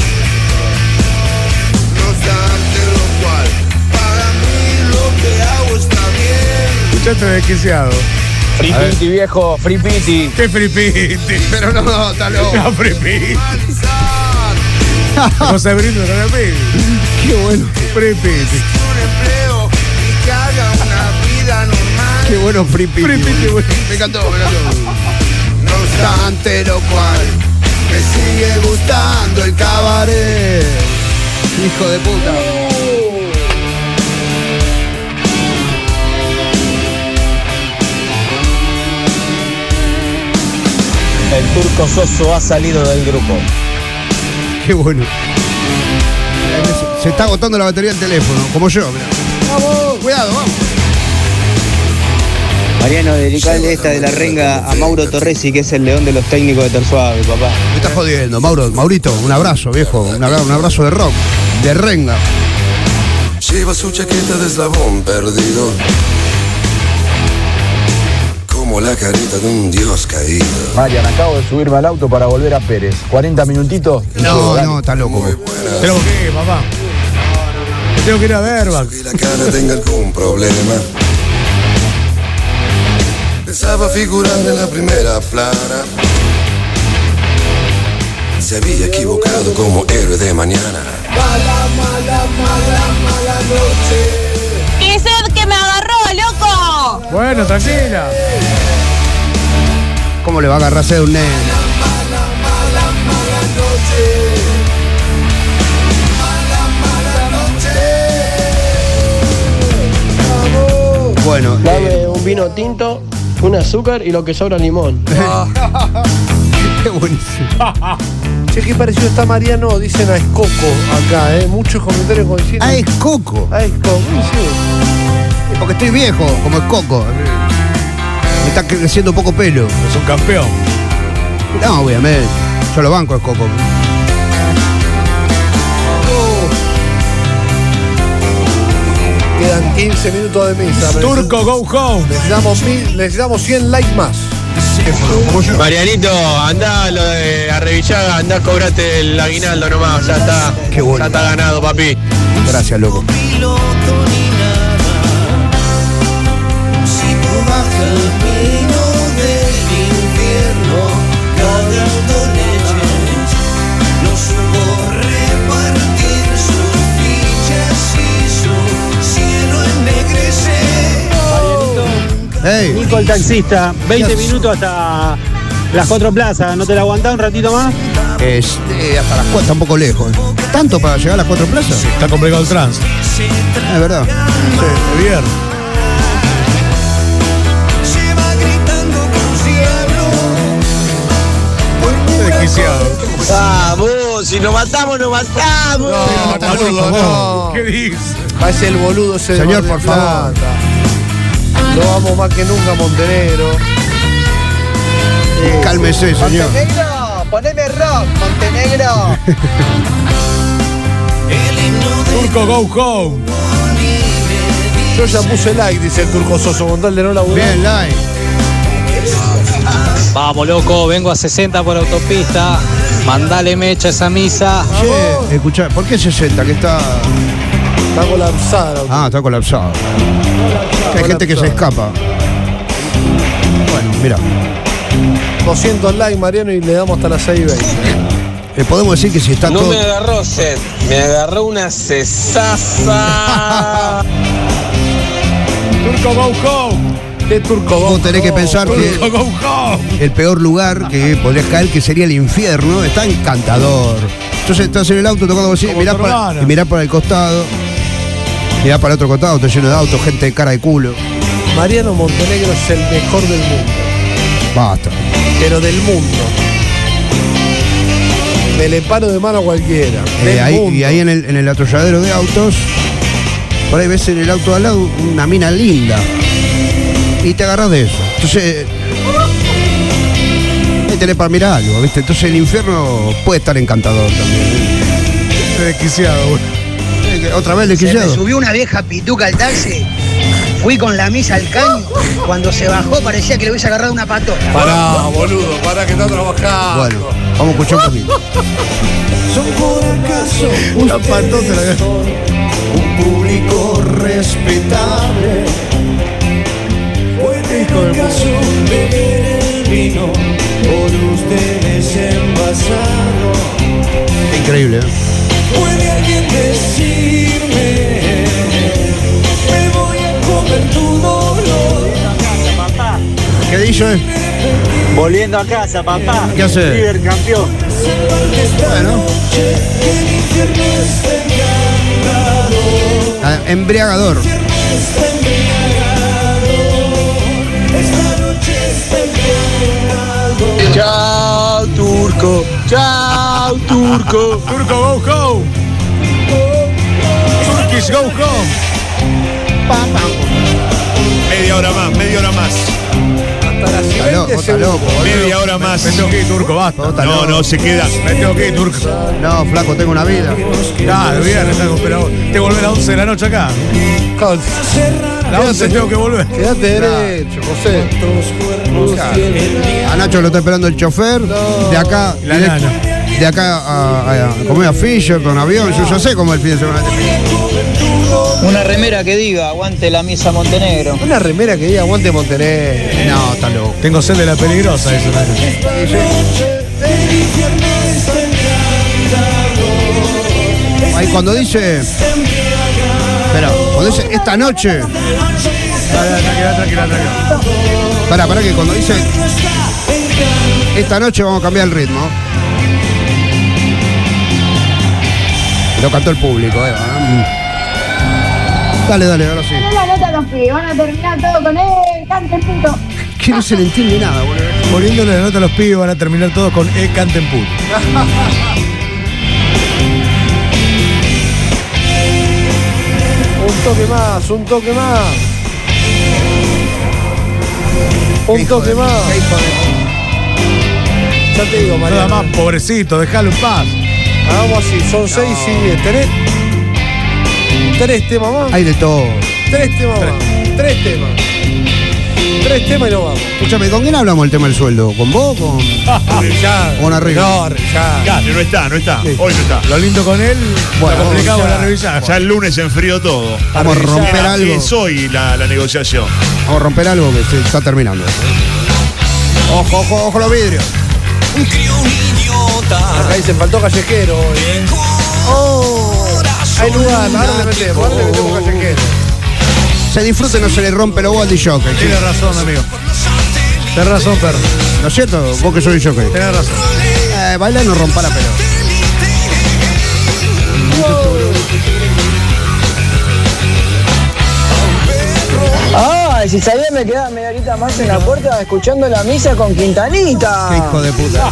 No obstante lo cual, para mí lo que hago está bien. Escuchaste desquiciado. Free A ver. Pity, viejo, Free Pity. Qué [laughs] fripiti. Pero no, no, está loco. No, fripiti. Pensar [laughs] No se brinda con el pibe. Qué bueno, Fripiti. un empleo y que haga una vida normal. qué bueno Free Pity, Fripiti, boludo. güey. Me encantó, me encantó. No obstante lo cual, me sigue gustando el cabaret. Hijo de puta. El turco Soso ha salido del grupo. Qué bueno. Se- Se está agotando la batería del teléfono, como yo. mirá. Vamos, cuidado, vamos. Mariano, dedicale esta de la renga a Mauro Torresi, que es el león de los técnicos de Tersuave, papá. Me estás jodiendo, Mauro. Maurito, un abrazo, viejo. Un abra- un abrazo de rock, de renga. Lleva su chaqueta de eslabón perdido. Como la carita de un dios caído. Marian, acabo de subirme al auto para volver a Pérez. 40 minutitos. No, no, está loco. Tengo que ir, papá. Me Tengo que ir a Berba. Que la cara tenga algún problema. Pensaba figurar en la primera plana. Se había equivocado como héroe de mañana. ¡Qué sed que me agarró, loco! Bueno, tranquila. ¿Cómo le va a agarrarse de un nene? Bueno, eh, Dame un vino tinto, un azúcar y lo que sobra limón. [laughs] qué buenísimo. Che, qué parecido está Mariano, dicen a Escoco acá, ¿eh? Muchos comentarios coinciden. Ah, es Coco. A Escoco, y sí. Porque estoy viejo, como es Coco. Me está creciendo poco pelo. Es un campeón. No, obviamente. Yo lo banco, Escoco. Quedan 15 minutos de misa. Turco, go home. Necesitamos, mil- necesitamos 100 likes más. Marianito, andá lo de Arrevillaga, andá, cobrate el aguinaldo nomás, ya está. Ya está ganado, papi. Gracias, loco. Si tú bajas el vino del infierno, cargando leches, los hubo repartir sus fichas y su cielo ennegrece. Nico el taxista, 20 minutos hasta las cuatro plazas, ¿no te la aguantás un ratito más? Es, eh, hasta las 4, está un poco lejos. ¿Tanto para llegar a las 4 plazas? Está complicado el trans. Es verdad. bien. Se va gritando con cielo. Vamos, si nos matamos, nos matamos. boludo, no. ¿Qué dices? Parece el boludo ese de Señor, Mar del por favor. Plata. Lo amo más que nunca, Montenegro. Cálmese, señor. Montenegro, poneme rock, Montenegro. Turco Go Home. Yo ya puse like, dice el turco Soso, con tal de no laburar. Bien, like. Vamos, loco, vengo a 60 por autopista. Mandale mecha a esa misa. Che, escuchá, ¿por qué 60? Que está. Está colapsado. Ah, está colapsado. Que hay gente que se escapa. Bueno, mira. Ah. 200 likes, Mariano, y le damos hasta las 6.20. eh, podemos decir que si está No todo. me agarró Jet, me agarró una cesaza. Turco Go Home. De Turco Go Vos tenés que pensar que Turco Go Home. el peor lugar que podrías caer, que sería el infierno, está encantador. Entonces estás en el auto tocando así, Como mirás tu para, hermana. y mirás para el costado, mirás para el otro costado, está lleno de autos, gente de cara de culo. Mariano Montenegro es el mejor del mundo, Basta. pero del mundo. Me le paro de mano a cualquiera. Eh, del ahí- mundo. y ahí en el, en el atolladero de autos, por ahí ves en el auto al lado una mina linda. Y te agarras de eso. Entonces. Ahí tenés para mirar algo, ¿viste? Entonces el infierno puede estar encantador también. Desquiciado, Otra [laughs] Se me vez desquiciado. subió una vieja pituca al taxi. Fui con la misa al caño. Cuando se bajó parecía que le hubiese agarrado una patota. Pará, boludo, pará que está trabajando. Bueno, vamos a escuchar un poquito. Son por acaso La patota la- un público respetable. Puede en caso beber el vino por ustedes envasado. Increíble, ¿eh? Puede alguien decirme, me voy a comer tu dolor. ¿Qué dice? Volviendo a casa, papá. ¿Qué hace? River campeón. Bueno. Ah, Embriagador. Chao, turco. Chao, turco. turco Go Home. Turkish Go Home. Media hora más, media hora más. Hasta las Está loco, 6.20 está se- loco. Media hora más. tengo que ir, turco, basta. No, no, se queda. Me tengo que ir, turco. ¿eh? No, flaco, tengo una vida. Claro, bien, flaco, pero tengo que volver a las 11 de la noche acá. Con- A las 11 tengo que volver. Quédate derecho, José. A Nacho lo está esperando el chofer. De acá. La direct- nana. De acá a, a, como a Fisher con avión, yo ya sé cómo es el fin de semana. Una remera que diga, aguante la misa Montenegro. Una remera que diga aguante Montenegro. No, está loco. Tengo sed de la peligrosa eso, Nacho. Ahí cuando dice. Espera, cuando dice esta noche. Tranquila, tranquila, tranquila. Pará, pará que cuando dice. Esta noche vamos a cambiar el ritmo. Lo cantó el público, Eva. Mm. ¿eh? Dale, dale, ahora sí. La nota los pibes, van a terminar todo con él, cante puto. Que no se le entiende nada, boludo. Poniéndole la nota a los pibes van a terminar todos con E canten puto. Un toque más, un toque más. Qué Un hijo toque de- más. qué hijo de- Ya te digo, Mariano. Nada más, pobrecito, déjalo en paz. Hagamos así, son seis y diez. ¿Tenés? Tres temas más. Hay de todo. Tres temas más. Tres temas. Tres temas y nos vamos. Escúchame, ¿con quién hablamos el tema del sueldo? ¿Con vos? ¿Con, Ya. con Arrigo? No, ya. Ah, Ya, no está, no está. Sí. Hoy no está. Lo lindo con él, Bueno, lo complicado ya. la revisada. Ya el lunes se enfrió todo. Vamos a romper Era- algo. Es hoy la, la negociación. Vamos a romper algo que se está terminando. Ojo, ojo, ojo los vidrios. Acá dicen, faltó callejero hoy, ¿eh? Oh, hay lugar, ahora le metemos, ahora le Oh. metemos callejero. Se disfruta y no se le rompe los bolas de jockey. Tiene chicos. razón, amigo. Tenés razón, perro. ¿No es cierto? Vos que soy jockey. Tenés razón. Eh, baila y no rompa la pelota. Ay, si sabía me quedaba media horita más en la puerta escuchando la misa con Quintanita. Ah. Qué hijo de puta.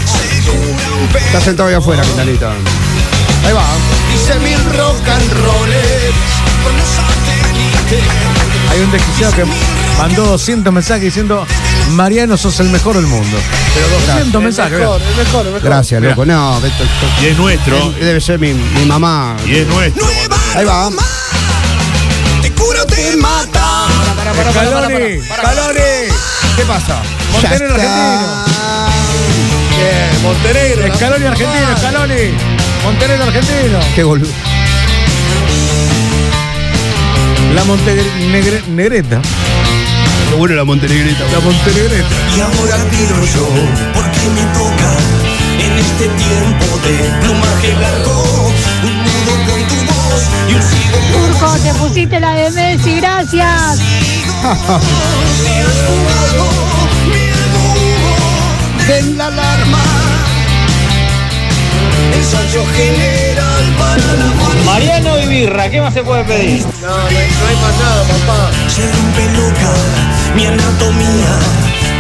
Está sentado ahí afuera, Quintanita. Ahí va. Hice mil rock and rolls con los satélites. Hay un desquiciado que mandó 200 mensajes diciendo, Mariano, sos el mejor del mundo. Pero 200 mensajes. Mejor, el mejor, el mejor. Gracias, Mirá. loco. No, esto- esto- Y es nuestro. debe ser mi, mi mamá. Y es nuestro. Ahí va. Te curo, te mata. Caloni, Caloni. ¿Qué pasa? Montenegro Ya está. Bien, Montenegro. la Escaloni puta argentino, madre. Escaloni. Montenegro argentino. Qué boludo. La Montenegreta. Seguro la Montenegrita. La Montenegreta. Y ahora tiro yo, porque me toca en este tiempo de plumaje largo. Un nudo con tu voz y un sigo por Turco, te pusiste la de Messi, gracias. si has jugado. Miedo hubo [laughs] de la alarma. Ensayo general para la muerte. Mariano y Birra, ¿qué más se puede pedir? No, no hay no hay más nada, papá. Se rompe loca mi anatomía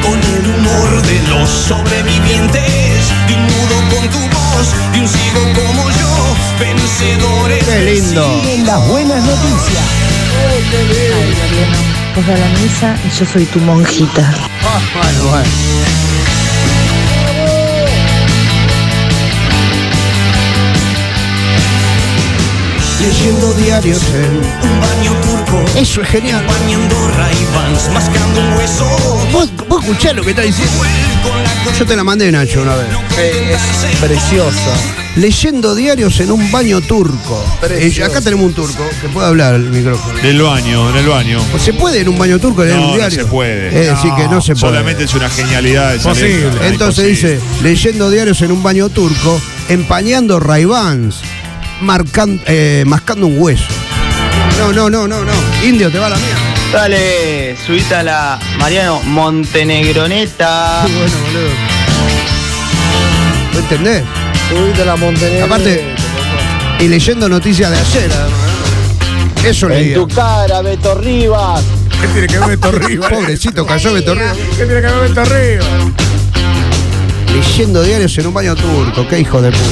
con el humor de los sobrevivientes. De un nudo con tu voz, de un ciego como yo, vencedores. Qué lindo. Las buenas noticias. Vos a la misa y yo soy tu monjita. Bueno, bueno. Leyendo diarios en- Un baño turco, Eso es genial. un baño andorra y vans mascando un hueso. ¿Vos, vos escuchás lo que está diciendo. Yo te la mandé, Nacho, una vez. Es preciosa. Leyendo diarios en un baño turco. Precioso. Eh, acá tenemos un turco que puede hablar el micrófono. Del baño, en el baño. ¿O ¿Se puede en un baño turco leer No, un no diario? se puede. Es decir, que no se puede. Solamente es una genialidad esa Posible. letra. Eh, Entonces dice, Imposible. leyendo diarios en un baño turco, empañando Raivans, mascando un hueso. No, no, no, no, no. Indio, te va la mía. Dale, subita a la Mariano Ah, Montenegroneta. bueno, boludo. ¿Lo entendés? Subite la Montenegro. Aparte- Y leyendo noticias de ayer, además, ¿no? Eso leía. cara, Beto Rivas. ¿Qué tiene que ver Beto Rivas? Pobrecito, cayó Beto Ríos. ¿Qué tiene que ver Beto Rivas? Leyendo diarios en un baño turco, qué hijo de puta.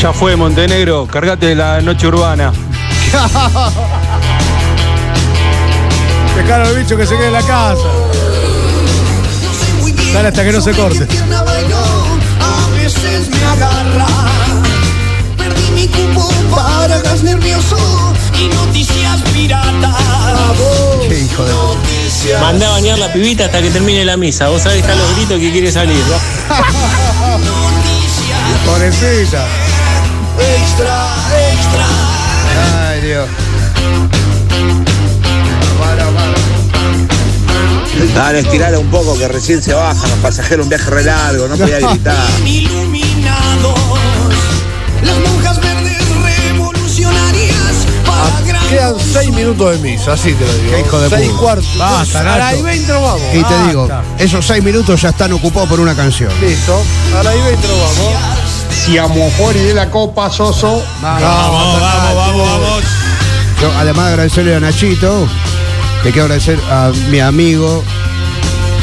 Ya fue, Montenegro, cargate la noche urbana. Dejar al bicho que se quede en la casa. No sé muy bien Dale hasta que no se sobre corte. qué pierna bailó, A veces me agarra. Perdí mi cupo para gas nervioso y noticias piratas. Qué hijo de puta. Noticias. Mandá a bañar la pibita hasta que termine la misa. Vos sabés, está los gritos que quiere salir. ¿no? Noticias Pobrecita. extra, extra. Ay, Dios. Para, para. Dale, estirala un poco que recién se bajan los pasajeros, un viaje re largo, no podía gritar. iluminados. Las monjas verdes revolucionarias para gran Quedan seis minutos de misa, así te lo digo. Qué hijo de Seis puta. cuartos. Basta, A Nacho. las 20 nos vamos. Y te Basta. digo, esos seis minutos ya están ocupados por una canción. Listo. A las 20 nos vamos. Si a Mofori de la copa, Soso. Ah. Vamos, vamos, vamos, vamos. Yo además de agradecerle a Nachito, le quiero agradecer a mi amigo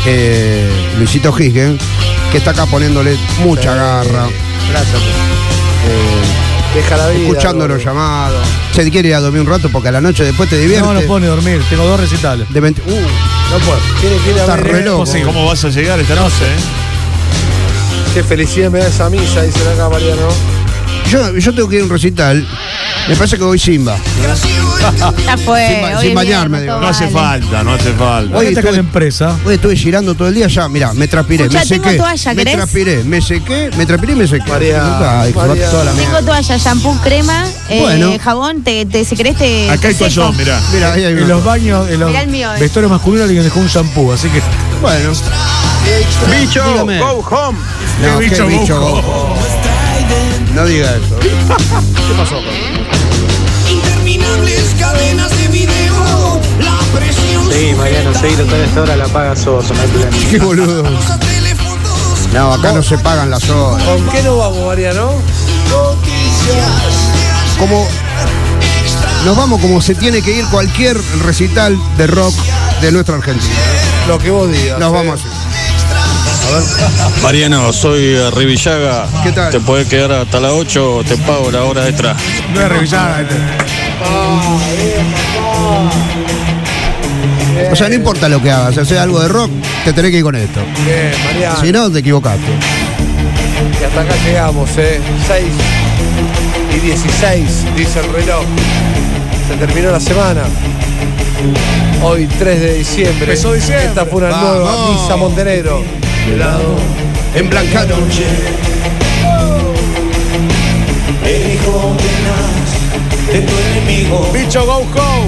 eh, Luisito Higgins, que está acá poniéndole mucha garra. Gracias. Eh, Deja la vida, Escuchando los llamados. Se quiere ir a dormir un rato porque a la noche después te diviertes. No, no puedo ni dormir. Tengo dos recitales. De 20 uh, No puedo. Tiene que ir a Está ver. re loco. ¿Cómo vas a llegar esta noche? eh? Qué felicidad me da esa misa, dicen acá Mariano. Yo, yo tengo que ir a un recital. Me parece que voy Simba. Ya fue. Sin ba- hoy sin es viernes, bañarme, digo. todo No hace vale. falta, no hace falta. Hoy está con estuve, la empresa. hoy estuve girando todo el día ya. Mirá, me transpiré, Escuchá, me tengo sequé. toalla, me ¿querés? transpiré, me sequé, me transpiré y me sequé. María, Ay, que va María. toda la mierda. Tengo toalla, shampoo, crema, eh, Bueno. jabón, te, te- si querés te. Acá hay te seco. toallón, mirá. Mirá, ahí hay En uno. los baños, en los Mirá el mío, eh. vestuarios masculinos alguien dejó un shampoo, así que. Bueno. Bicho, Dígame. go home. No, Qué qué bicho bicho busco. vos. No diga eso. ¿Qué pasó? Interminables cadenas de video, la presión Sí, Mariano, seguido toda esta hora la paga Soso, no hay problema. [laughs] Qué boludo. No, acá no se pagan las horas. ¿Con qué nos vamos, Mariano? Como nos vamos como se tiene que ir cualquier recital de rock de nuestra Argentina. Lo que vos digas. Nos eh. vamos. Mariano, soy eh, Rivillaga. ¿Qué tal? Te puedes quedar hasta las 8 o te pago la hora extra. No es revisada. este. O sea, no importa lo que hagas, si haces algo de rock, te tenés que ir con esto. Bien, Mariano. Si no, te equivocaste. Y hasta acá llegamos, ¿eh? 6 y 16, dice el reloj. Se terminó la semana. Hoy 3 de diciembre. Empezó diciembre. Esta fue una Vamos. nueva misa Montenegro. En Blancano. Bicho Go Go.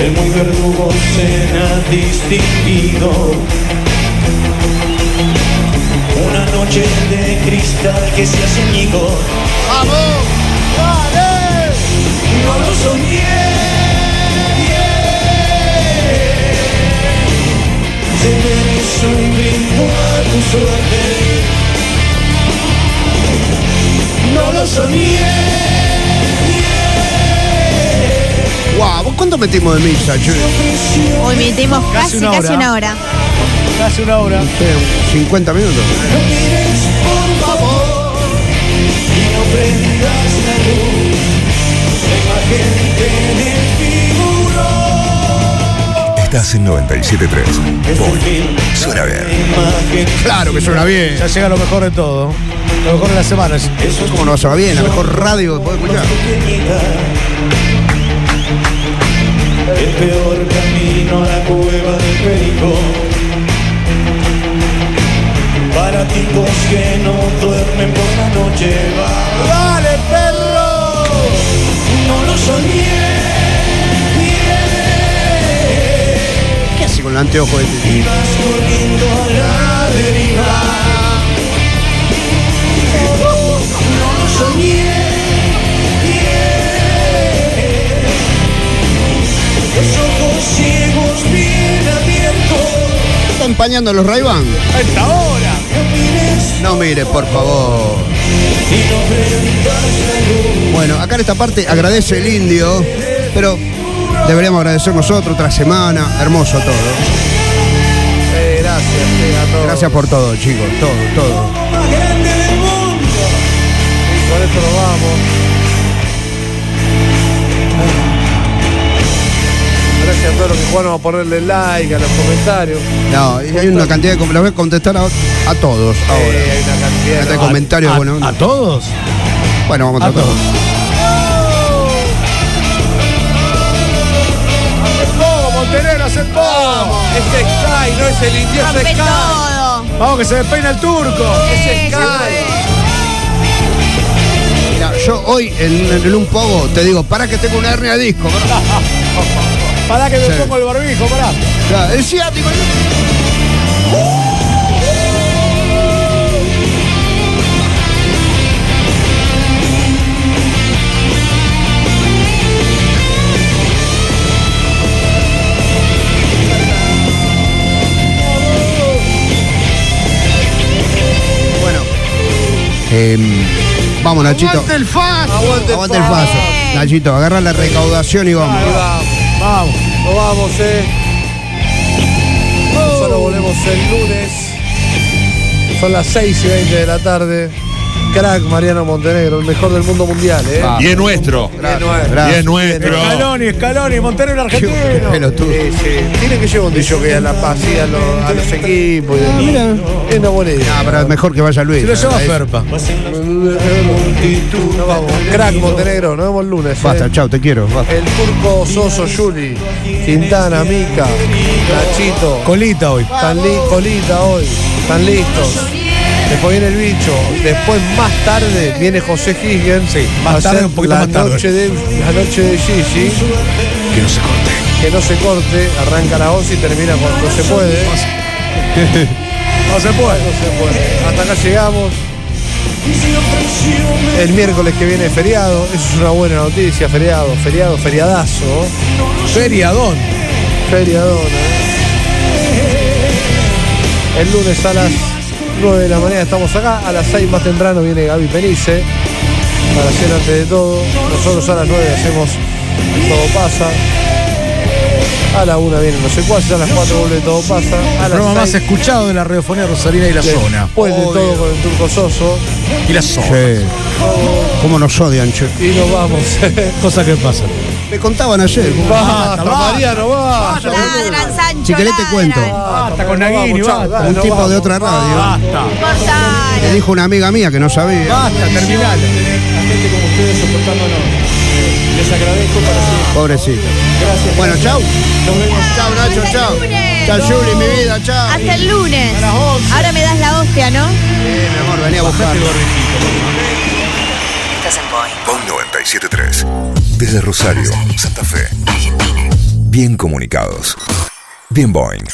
El muy verdugo será distinguido. Una noche de cristal que se hace amigo. ¡Vamos! ¡Vale! No lo soñé. Se me hizo un ritmo a tu suerte. No lo soñé. Guau, ¿vos cuánto metimos de misa, che? Hoy metimos Casi casi, una casi hora. una hora. Hace una hora. Sí, 50 minutos. No mires por favor y no prendas la luz, la imagen te desfiguró. Estás en 97.3. Este Boy, film, suena bien. imagen Claro que suena bien. Ya llega lo mejor de todo. Lo mejor de las semanas. Eso es ¿Cómo no suena bien? La mejor radio que podés escuchar. pequeñita. El peor camino a la cueva del perico. Para tipos que no duermen por la noche. Va. ¡Vale, perro! No lo soñé. ¿Qué hace con el anteojo este? Ibas corriendo a la deriva. Oh, no lo soñé. Los ojos ciegos bien abiertos. Está empañando los Ray-Ban. A esta hora. No mires No mires, por favor. y no prendas la luz. Bueno, acá en esta parte agradece el indio, pero deberíamos agradecer nosotros otra semana. Hermoso todo. Eh, gracias, eh, a todos. Gracias por todo, chicos. Todo, todo. Lo más grande del mundo. Con esto nos vamos. Gracias a todos los que jugaron a ponerle like, a los comentarios. No, y hay una cantidad de com- los voy a contestar a, a todos ahora. Eh, hay una Una cantidad cantidad de de comentarios, ¿A, bueno. ¿A todos? Bueno, vamos a A tratar. todos. ¡Pogo, Montenegro, hace pogo! Es Sky, no es el indio, es Rompe Sky. todo. Vamos que se despeina el turco. Eh, Sky. Mira, yo hoy en, en un pogo te digo, para que tengo una hernia de disco. pará. Pará que me Sí. pongo el barbijo, pará. Ya, El ciático. Bueno. Em, vamos, Nachito. Aguante el faso. Aguante, el faso. Nachito, agarra la recaudación y vamos. Vamos. Nos vamos, eh. Solo volvemos el lunes. Son las 6 y 20 de la tarde. Crack Mariano Montenegro, el mejor del mundo mundial, ¿eh? Y es nuestro. Y es nuestro. Escaloni, Escaloni, Montenegro argentino. Sí, sí. Tiene que llevar un dicho que a la paz y a los, a los equipos. y demás. Es una buena idea. Ah, pero mejor que vaya Luis. Se lo lleva Es- Ferpa. Nos vamos. Crack Montenegro, nos vemos el lunes. Basta, ¿eh? chao, te quiero. basta. El turco Soso Juli, Quintana, Mica, Nachito, Colita hoy. están li- colita hoy, están listos. Después viene el bicho, después más tarde viene José Higgins. más a hacer tarde, un poquito la más tarde. Noche de, la noche de Gigi, Que no se corte. que no se corte, arranca a las 11 y termina cuando se puede. No se puede. No se puede. Hasta acá llegamos. El miércoles que viene es feriado, eso es una buena noticia, feriado, feriado, feriadazo. Feriadón. Feriadona. El lunes a las 9 de la mañana estamos acá. A las 6 más temprano viene Gaby Penice. Para hacer antes de todo. Nosotros a las 9 hacemos Todo pasa. A la 1 vienen los secuaces. A las 4 vuelve Todo pasa. A El las programa más 6 escuchado de la radiofonía rosarina y la zona. después Pues de todo con el Turco Soso. Y la zona. Sí. ¿Cómo nos odian, che? Y nos vamos. Cosas que pasan. Me contaban ayer. basta, Mariano, basta. Ladran, Sancho. Si querés te ladran. cuento. Basta con Naguini, Vamos, chao, basta. dale, Un nos tipo de vamos. otra radio. Basta. Cortala. Me dijo una amiga mía que no sabía. Basta, terminal. gente como ustedes soportándonos. Eh, Les agradezco para siempre. Pobrecito. Gracias. Bueno, chau. Nos vemos. Chau, Nacho, chau. lunes. Chau, Juli, mi vida, chau. Hasta el lunes. Ahora me das la hostia, ¿no? Eh, mi amor, venía a buscar. Estás en Boeing. Boing 973. Desde Rosario, Santa Fe. Bien comunicados. Bien Boing.